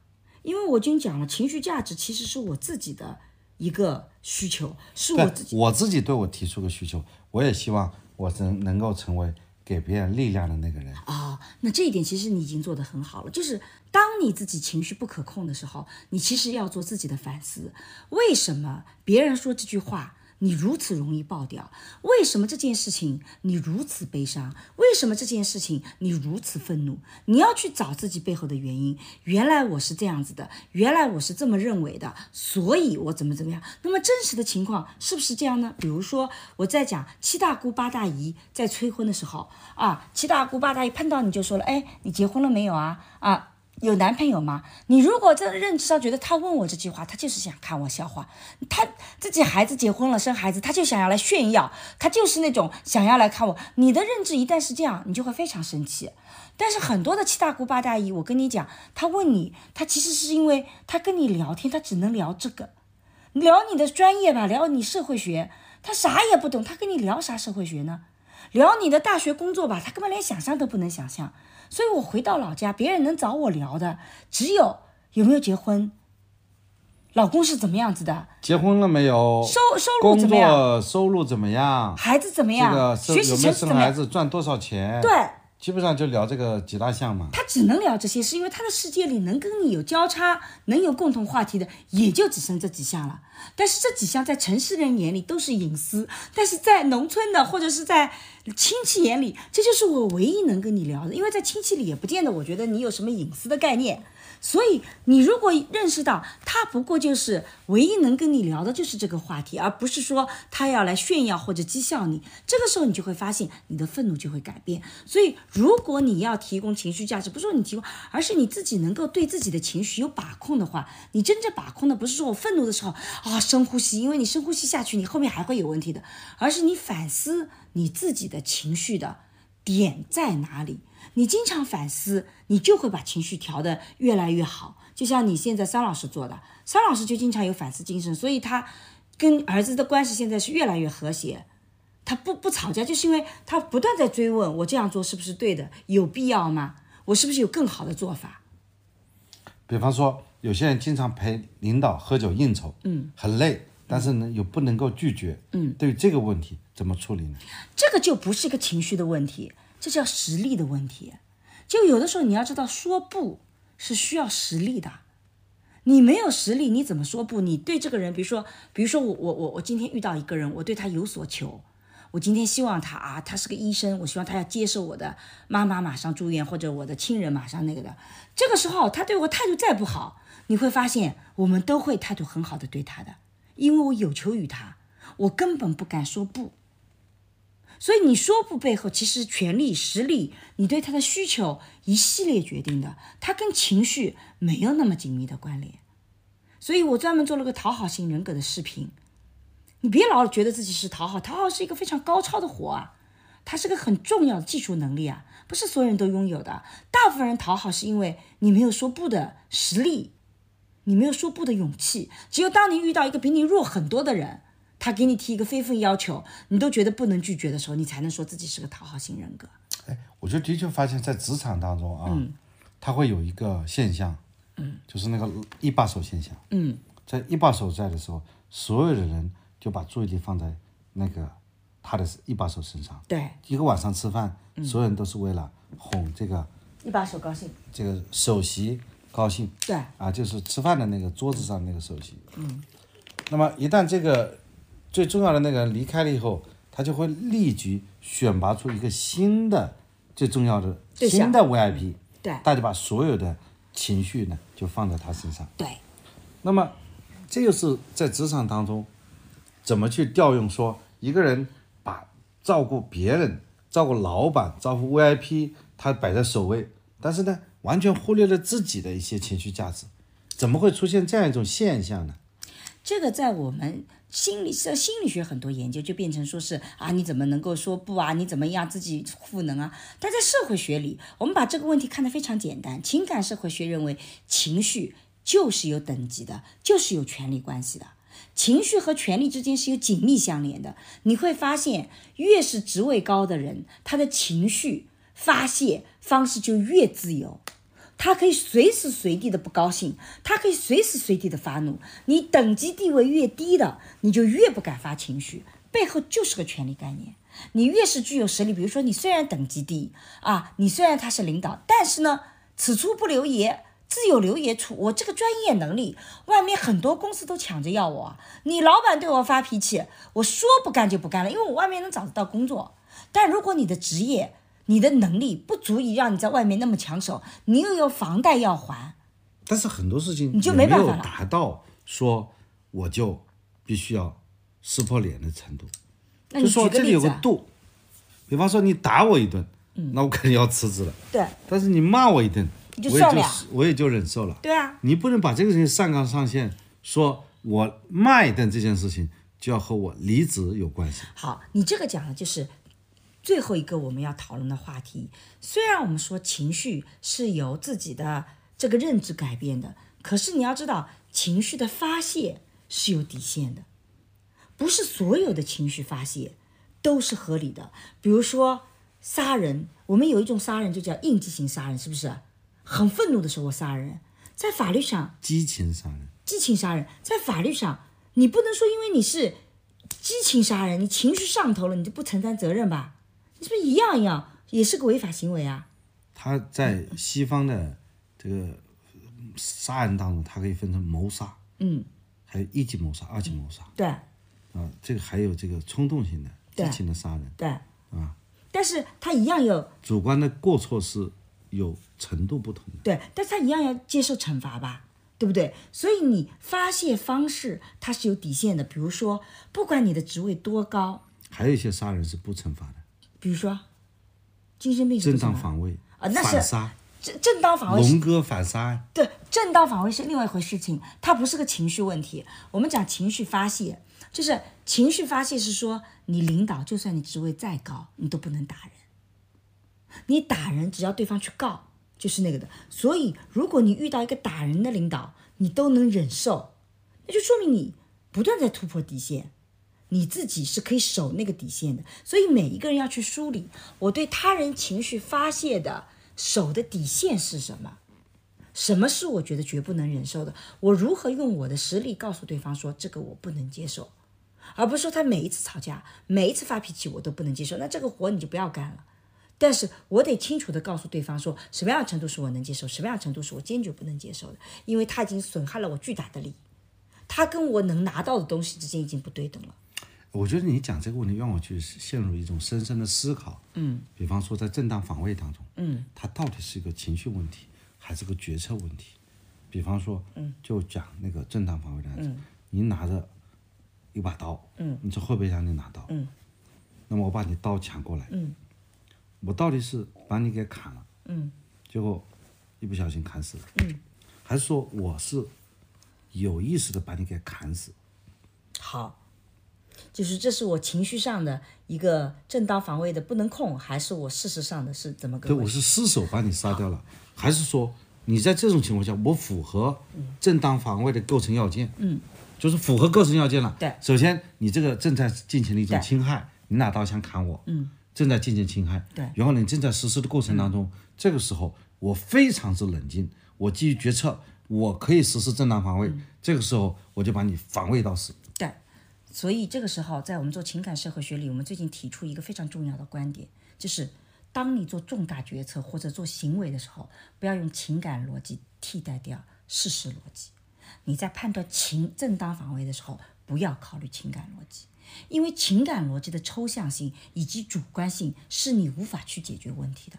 因为我已经讲了，情绪价值其实是我自己的一个需求，是我对自己。我自己对我提出个需求，我也希望我能能够成为给别人力量的那个人。啊、那这一点其实你已经做得很好了。就是当你自己情绪不可控的时候，你其实要做自己的反思：为什么别人说这句话你如此容易爆掉？为什么这件事情你如此悲伤？为什么这件事情你如此愤怒？你要去找自己背后的原因。原来我是这样子的，原来我是这么认为的，所以我怎么怎么样。那么真实的情况是不是这样呢？比如说我在讲七大姑八大姨在催婚的时候啊，七大姑八大姨碰到你就说了，哎，你结婚了没有啊？啊。有男朋友吗？你如果在认知上觉得他问我这句话，他就是想看我笑话。他自己孩子结婚了，生孩子，他就想要来炫耀，他就是那种想要来看我。你的认知一旦是这样，你就会非常生气。但是很多的七大姑八大姨，我跟你讲，他问你，他其实是因为他跟你聊天，他只能聊这个，聊你的专业吧，聊你社会学，他啥也不懂，他跟你聊啥社会学呢？聊你的大学工作吧，他根本连想象都不能想象。所以我回到老家，别人能找我聊的只有有没有结婚，老公是怎么样子的，结婚了没有？收收入工怎么样作收入怎么样？孩子怎么这样，个生学习有没成有绩生怎么孩样，子，赚多少钱？对，基本上就聊这个几大项嘛。他只能聊这些，是因为他的世界里能跟你有交叉、能有共同话题的，也就只剩这几项了。但是这几项在城市人眼里都是隐私，但是在农村的或者是在亲戚眼里，这就是我唯一能跟你聊的，因为在亲戚里也不见得我觉得你有什么隐私的概念。所以你如果认识到他不过就是唯一能跟你聊的就是这个话题，而不是说他要来炫耀或者讥笑你，这个时候你就会发现你的愤怒就会改变。所以如果你要提供情绪价值，不是说你提供，而是你自己能够对自己的情绪有把控的话，你真正把控的不是说我愤怒的时候啊、深呼吸，因为你深呼吸下去，你后面还会有问题的，而是你反思你自己的情绪的点在哪里。你经常反思，你就会把情绪调得越来越好。就像你现在桑老师做的，桑老师就经常有反思精神，所以他跟儿子的关系现在是越来越和谐。他不不吵架，就是因为他不断在追问我这样做是不是对的，有必要吗？我是不是有更好的做法？比方说，有些人经常陪领导喝酒应酬，嗯，很累，但是呢又不能够拒绝，嗯，对于这个问题怎么处理呢？这个就不是一个情绪的问题，这叫实力的问题。就有的时候你要知道，说不是需要实力的。你没有实力，你怎么说不？你对这个人，比如说，比如说我我我我今天遇到一个人，我对他有所求，我今天希望他啊，他是个医生，我希望他要接受我的妈妈马上住院，或者我的亲人马上那个的。这个时候他对我态度再不好，你会发现我们都会态度很好的对他的，因为我有求于他，我根本不敢说不。所以你说不背后，其实权力、实力，你对他的需求一系列决定的，它跟情绪没有那么紧密的关联。所以我专门做了个讨好型人格的视频。你别老觉得自己是讨好，讨好是一个非常高超的活啊，它是个很重要的技术能力啊，不是所有人都拥有的。大部分人讨好是因为你没有说不的实力，你没有说不的勇气。只有当你遇到一个比你弱很多的人，他给你提一个非分要求，你都觉得不能拒绝的时候，你才能说自己是个讨好型人格。哎，我就的确发现，在职场当中啊，它会有一个现象，嗯，就是那个一把手现象，嗯，在一把手在的时候，所有的人就把注意力放在那个他的一把手身上。对，一个晚上吃饭，所有人都是为了哄这个一把手高兴。这个首席高兴，对啊，就是吃饭的那个桌子上那个首席，嗯，那么一旦这个最重要的那个人离开了以后，他就会立即选拔出一个新的最重要的对象新的 VIP，对大家把所有的情绪呢就放在他身上，对，那么这就是在职场当中怎么去调用说一个人把照顾别人、照顾老板、照顾 VIP，他摆在首位，但是呢，完全忽略了自己的一些情绪价值，怎么会出现这样一种现象呢？这个在我们心理在心理学很多研究就变成说是啊，你怎么能够说不啊？你怎么样自己赋能啊？但在社会学里，我们把这个问题看得非常简单。情感社会学认为，情绪就是有等级的，就是有权利关系的。情绪和权力之间是有紧密相连的。你会发现，越是职位高的人，他的情绪发泄方式就越自由。他可以随时随地的不高兴，他可以随时随地的发怒。你等级地位越低的，你就越不敢发情绪，背后就是个权力概念。你越是具有实力，比如说你虽然等级低啊，你虽然他是领导，但是呢，此处不留爷，自有留爷处。我这个专业能力，外面很多公司都抢着要我啊。你老板对我发脾气，我说不干就不干了，因为我外面能找得到工作。但如果你的职业，你的能力不足以让你在外面那么抢手，你又有房贷要还，但是很多事情就也没没办法有了达到说我就必须要撕破脸的程度，那就你说举这个里例有子个啊，嗯度，比方说你打我一顿，那我肯定要辞职了。对但是你骂我一顿，你就我也算了就呀我也就忍受了。对啊，你不能把这个事情上纲上线，说我骂一顿这件事情就要和我离职有关系。好，你这个讲的就是最后一个我们要讨论的话题。虽然我们说情绪是由自己的这个认知改变的，可是你要知道，情绪的发泄是有底线的，不是所有的情绪发泄都是合理的。比如说杀人，我们有一种杀人就叫应激型杀人，是不是？很愤怒的时候我杀人，在法律上激情杀人，激情杀人，在法律上，你不能说因为你是激情杀人，你情绪上头了，你就不承担责任吧？你是不是一样一样，也是个违法行为啊？它在西方的这个嗯杀人当中，它可以分成谋杀，嗯，还有一级谋杀、二级谋杀对啊，这个还有这个冲动型的、对激情的杀人，对，啊，但是他一样有主观的过错是有程度不同的。对，但是他一样要接受惩罚吧，对不对？所以你发泄方式它是有底线的，比如说，不管你的职位多高，还有一些杀人是不惩罚的，比如说精神病是正不是当吗防卫啊那是反杀，正正当防卫是龙哥反杀案，对，正当防卫是另外一回事情，它不是个情绪问题。我们讲情绪发泄，就是情绪发泄是说，你领导就算你职位再高，你都不能打人。你打人，只要对方去告，就是那个的。所以，如果你遇到一个打人的领导，你都能忍受，那就说明你不断在突破底线。你自己是可以守那个底线的，所以每一个人要去梳理我对他人情绪发泄的守的底线是什么。什么是我觉得绝不能忍受的？我如何用我的实力告诉对方说这个我不能接受，而不是说他每一次吵架、每一次发脾气我都不能接受，那这个活你就不要干了。但是我得清楚地告诉对方说，什么样的程度是我能接受，什么样的程度是我坚决不能接受的，因为他已经损害了我巨大的利益，他跟我能拿到的东西之间已经不对等了。我觉得你讲这个问题，让我去陷入一种深深的思考。嗯，比方说在正当防卫当中，嗯，它到底是一个情绪问题，还是个决策问题？比方说，嗯，就讲那个正当防卫当中，你拿着一把刀，嗯，你从后备箱里拿刀，嗯，那么我把你刀抢过来，嗯，我到底是把你给砍了，嗯，结果一不小心砍死了，嗯，还是说我是有意识的把你给砍死？好，就是这是我情绪上的一个正当防卫的不能控，还是我事实上的是怎么个对，回我事？是失手把你杀掉了，还是说你在这种情况下，我符合正当防卫的构成要件？嗯，就是符合构成要件了。对首先你这个正在进行的一种对侵害，你拿刀想砍我，嗯，正在进行侵害，对嗯然后你正在实施的过程当中，这个时候我非常之冷静，我基于决策，我可以实施正当防卫，嗯这个时候我就把你防卫到死。对，所以这个时候，在我们做情感社会学里，我们最近提出一个非常重要的观点，就是当你做重大决策或者做行为的时候，不要用情感逻辑替代掉事实逻辑。你在判断情正当防卫的时候，不要考虑情感逻辑，因为情感逻辑的抽象性以及主观性是你无法去解决问题的。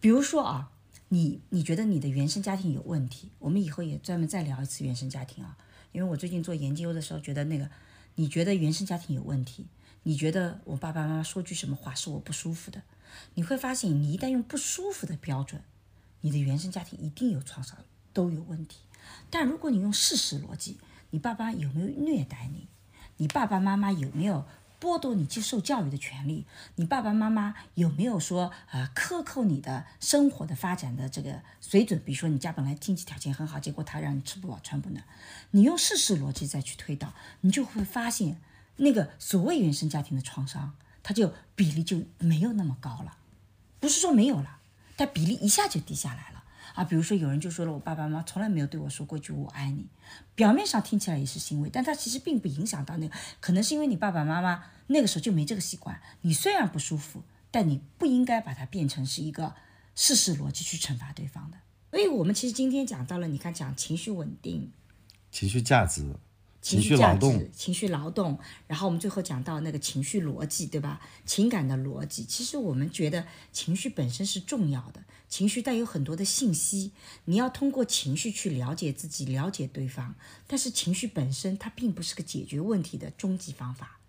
比如说啊，你你觉得你的原生家庭有问题，我们以后也专门再聊一次原生家庭啊，因为我最近做研究的时候觉得那个，你觉得原生家庭有问题，你觉得我爸爸妈妈说句什么话是我不舒服的，你会发现你一旦用不舒服的标准，你的原生家庭一定有创伤，都有问题。但如果你用事实逻辑，你爸爸有没有虐待你？你爸爸妈妈有没有剥夺你接受教育的权利？你爸爸妈妈有没有说呃克扣你的生活的发展的这个水准？比如说你家本来经济条件很好，结果他让你吃不饱穿不暖，你用事实逻辑再去推导，你就会发现那个所谓原生家庭的创伤，它就比例就没有那么高了。不是说没有了，但比例一下就低下来了啊。比如说有人就说了，我爸爸妈妈从来没有对我说过一句“我爱你”，表面上听起来也是欣慰，但它其实并不影响到那个，可能是因为你爸爸妈妈那个时候就没这个习惯。你虽然不舒服，但你不应该把它变成是一个事实逻辑去惩罚对方的。所以我们其实今天讲到了，你看讲情绪稳定、情绪价值、情绪绪价劳值、动，情绪劳动，然后我们最后讲到那个情绪逻辑，对吧？情感的逻辑，其实我们觉得情绪本身是重要的，情绪带有很多的信息，你要通过情绪去了解自己，了解对方。但是情绪本身它并不是个解决问题的终极方法，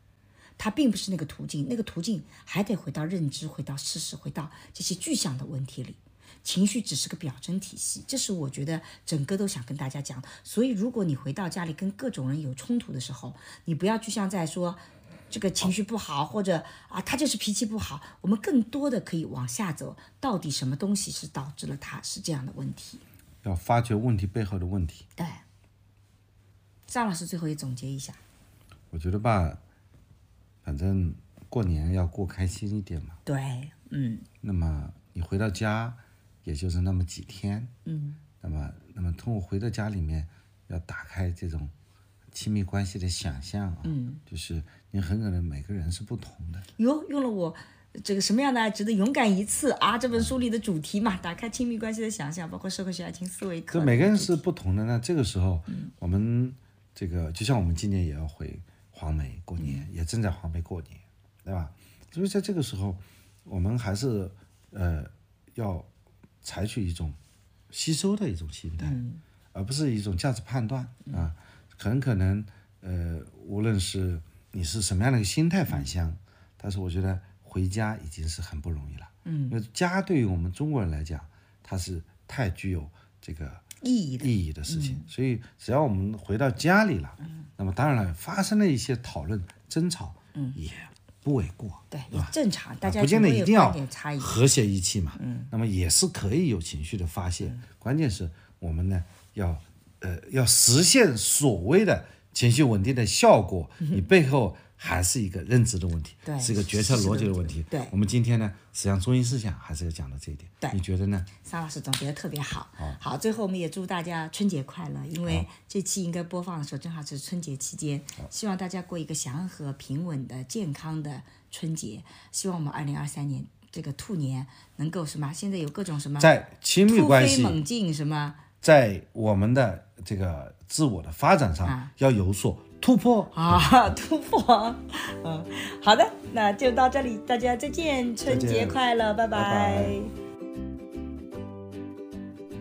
它并不是那个途径，那个途径还得回到认知，回到事实，回到这些具象的问题里。情绪只是个表征体系，这是我觉得整个都想跟大家讲。所以，如果你回到家里跟各种人有冲突的时候，你不要去像在说这个情绪不好，或者啊他就是脾气不好。我们更多的可以往下走，到底什么东西是导致了他是这样的问题？要发掘问题背后的问题。对，张老师最后也总结一下，我觉得吧，反正过年要过开心一点嘛。对，嗯，那么你回到家，也就是那么几天。嗯。那么，那么通过回到家里面，要打开这种亲密关系的想象啊，嗯、就是你很可能每个人是不同的。哟，用了我这个什么样的爱值得勇敢一次啊？这本书里的主题嘛，打开亲密关系的想象，包括社会学爱情思维课这的主题。每个人是不同的呢。这个时候，我们这个就像我们今年也要回黄梅过年，也正在黄梅过年，对吧？所以在这个时候，我们还是呃要采取一种吸收的一种心态，而不是一种价值判断啊。很可能，呃，无论是你是什么样的一个心态返乡，但是我觉得回家已经是很不容易了。嗯，因为家对于我们中国人来讲，它是太具有这个意义的，嗯意义的事情。所以只要我们回到家里了，那么当然了，发生了一些讨论、争吵，也不为过。嗯对，也正常，大家啊不见得总会一有定要观点差异。嗯和谐一气嘛。那么也是可以有情绪的发泄，关键是我们呢要呃要实现所谓的情绪稳定的效果，你背后还是一个认知的问题，嗯对是一个决策逻辑的问题。对我们今天呢，实际上中心思想还是要讲到这一点。对你觉得呢？沙老师总结的特别好。啊好，最后我们也祝大家春节快乐，因为这期应该播放的时候正好是春节期间，啊希望大家过一个祥和、平稳的、健康的春节。希望我们二零二三年这个兔年能够什么？现在有各种什么在亲密突关飞系，猛进什么？在我们的这个自我的发展上啊要有所突破。啊， 突破，嗯，好的，那就到这里，大家再见，春再节见快乐，拜拜拜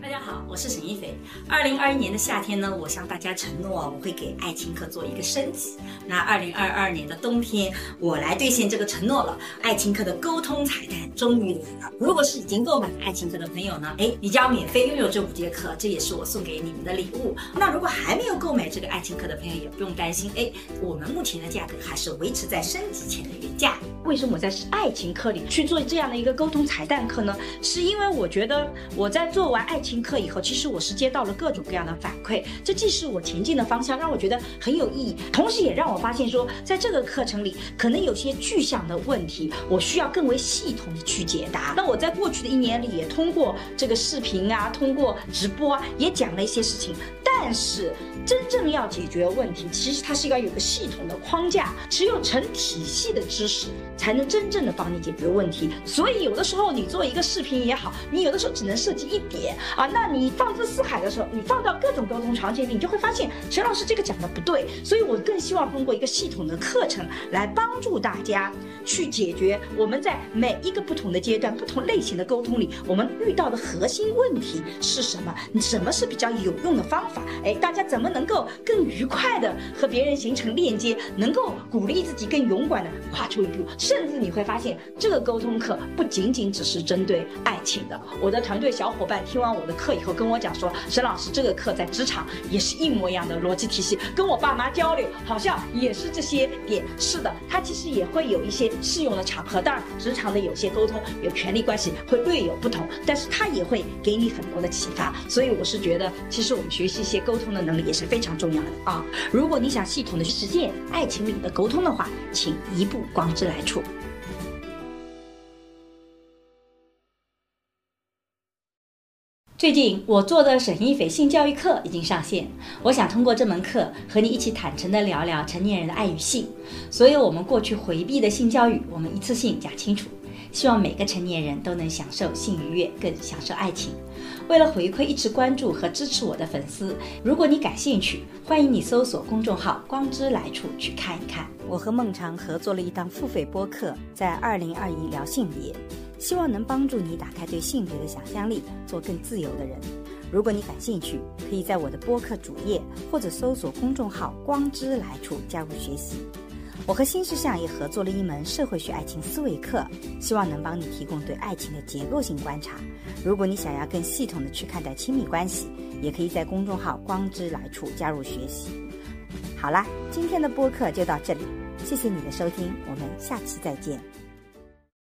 大家好，我是沈一菲。二零二一年的夏天呢，我向大家承诺啊，我会给爱情课做一个升级。那二零二二年的冬天，我来兑现这个承诺了。爱情课的沟通彩蛋终于来了！如果是已经购买爱情课的朋友呢，哎，你将免费拥有这五节课，这也是我送给你们的礼物。那如果还没有购买这个爱情课的朋友，也不用担心，哎，我们目前的价格还是维持在升级前的原价。为什么我在爱情课里去做这样的一个沟通彩蛋课呢？是因为我觉得我在做完爱情课以后，其实我是接到了各种各样的反馈，这既是我前进的方向，让我觉得很有意义，同时也让我发现说，在这个课程里，可能有些具象的问题，我需要更为系统的去解答。那我在过去的一年里，也通过这个视频啊，通过直播啊，也讲了一些事情，但是真正要解决问题，其实它是要有个系统的框架，只有成体系的知识，才能真正的帮你解决问题。所以有的时候你做一个视频也好，你有的时候只能涉及一点啊，那你放之四海的时候，你放到各种沟通场景里，你就会发现陈老师这个讲的不对。所以我更希望通过一个系统的课程来帮助大家去解决我们在每一个不同的阶段、不同类型的沟通里，我们遇到的核心问题是什么？什么是比较有用的方法？哎，大家怎么能够更愉快的和别人形成链接，能够鼓励自己更勇敢的跨出一步？甚至你会发现，这个沟通课不仅仅只是针对爱情的。我的团队小伙伴听完我的课以后跟我讲说，沈老师这个课在职场也是一模一样的逻辑体系，跟我爸妈交流好像也是这些点。是的，它其实也会有一些适用的场合，当然职场的有些沟通有权利关系会略有不同，但是它也会给你很多的启发。所以我是觉得，其实我们学习一些沟通的能力也是非常重要的啊。如果你想系统的实践爱情里的沟通的话，请一步光之来处。最近我做的沈一斐性教育课已经上线，我想通过这门课和你一起坦诚地聊聊成年人的爱与性，所有我们过去回避的性教育，我们一次性讲清楚。希望每个成年人都能享受性愉悦，更享受爱情。为了回馈一直关注和支持我的粉丝，如果你感兴趣，欢迎你搜索公众号“光之来处”去看一看。我和孟尝合作了一档付费播客，在二零二一聊性别，希望能帮助你打开对性别的想象力，做更自由的人。如果你感兴趣，可以在我的播客主页或者搜索公众号“光之来处”加入学习。我和新事项也合作了一门社会学爱情思维课，希望能帮你提供对爱情的结构性观察。如果你想要更系统的去看待亲密关系，也可以在公众号“光之来处”加入学习。好啦，今天的播客就到这里，谢谢你的收听，我们下期再见。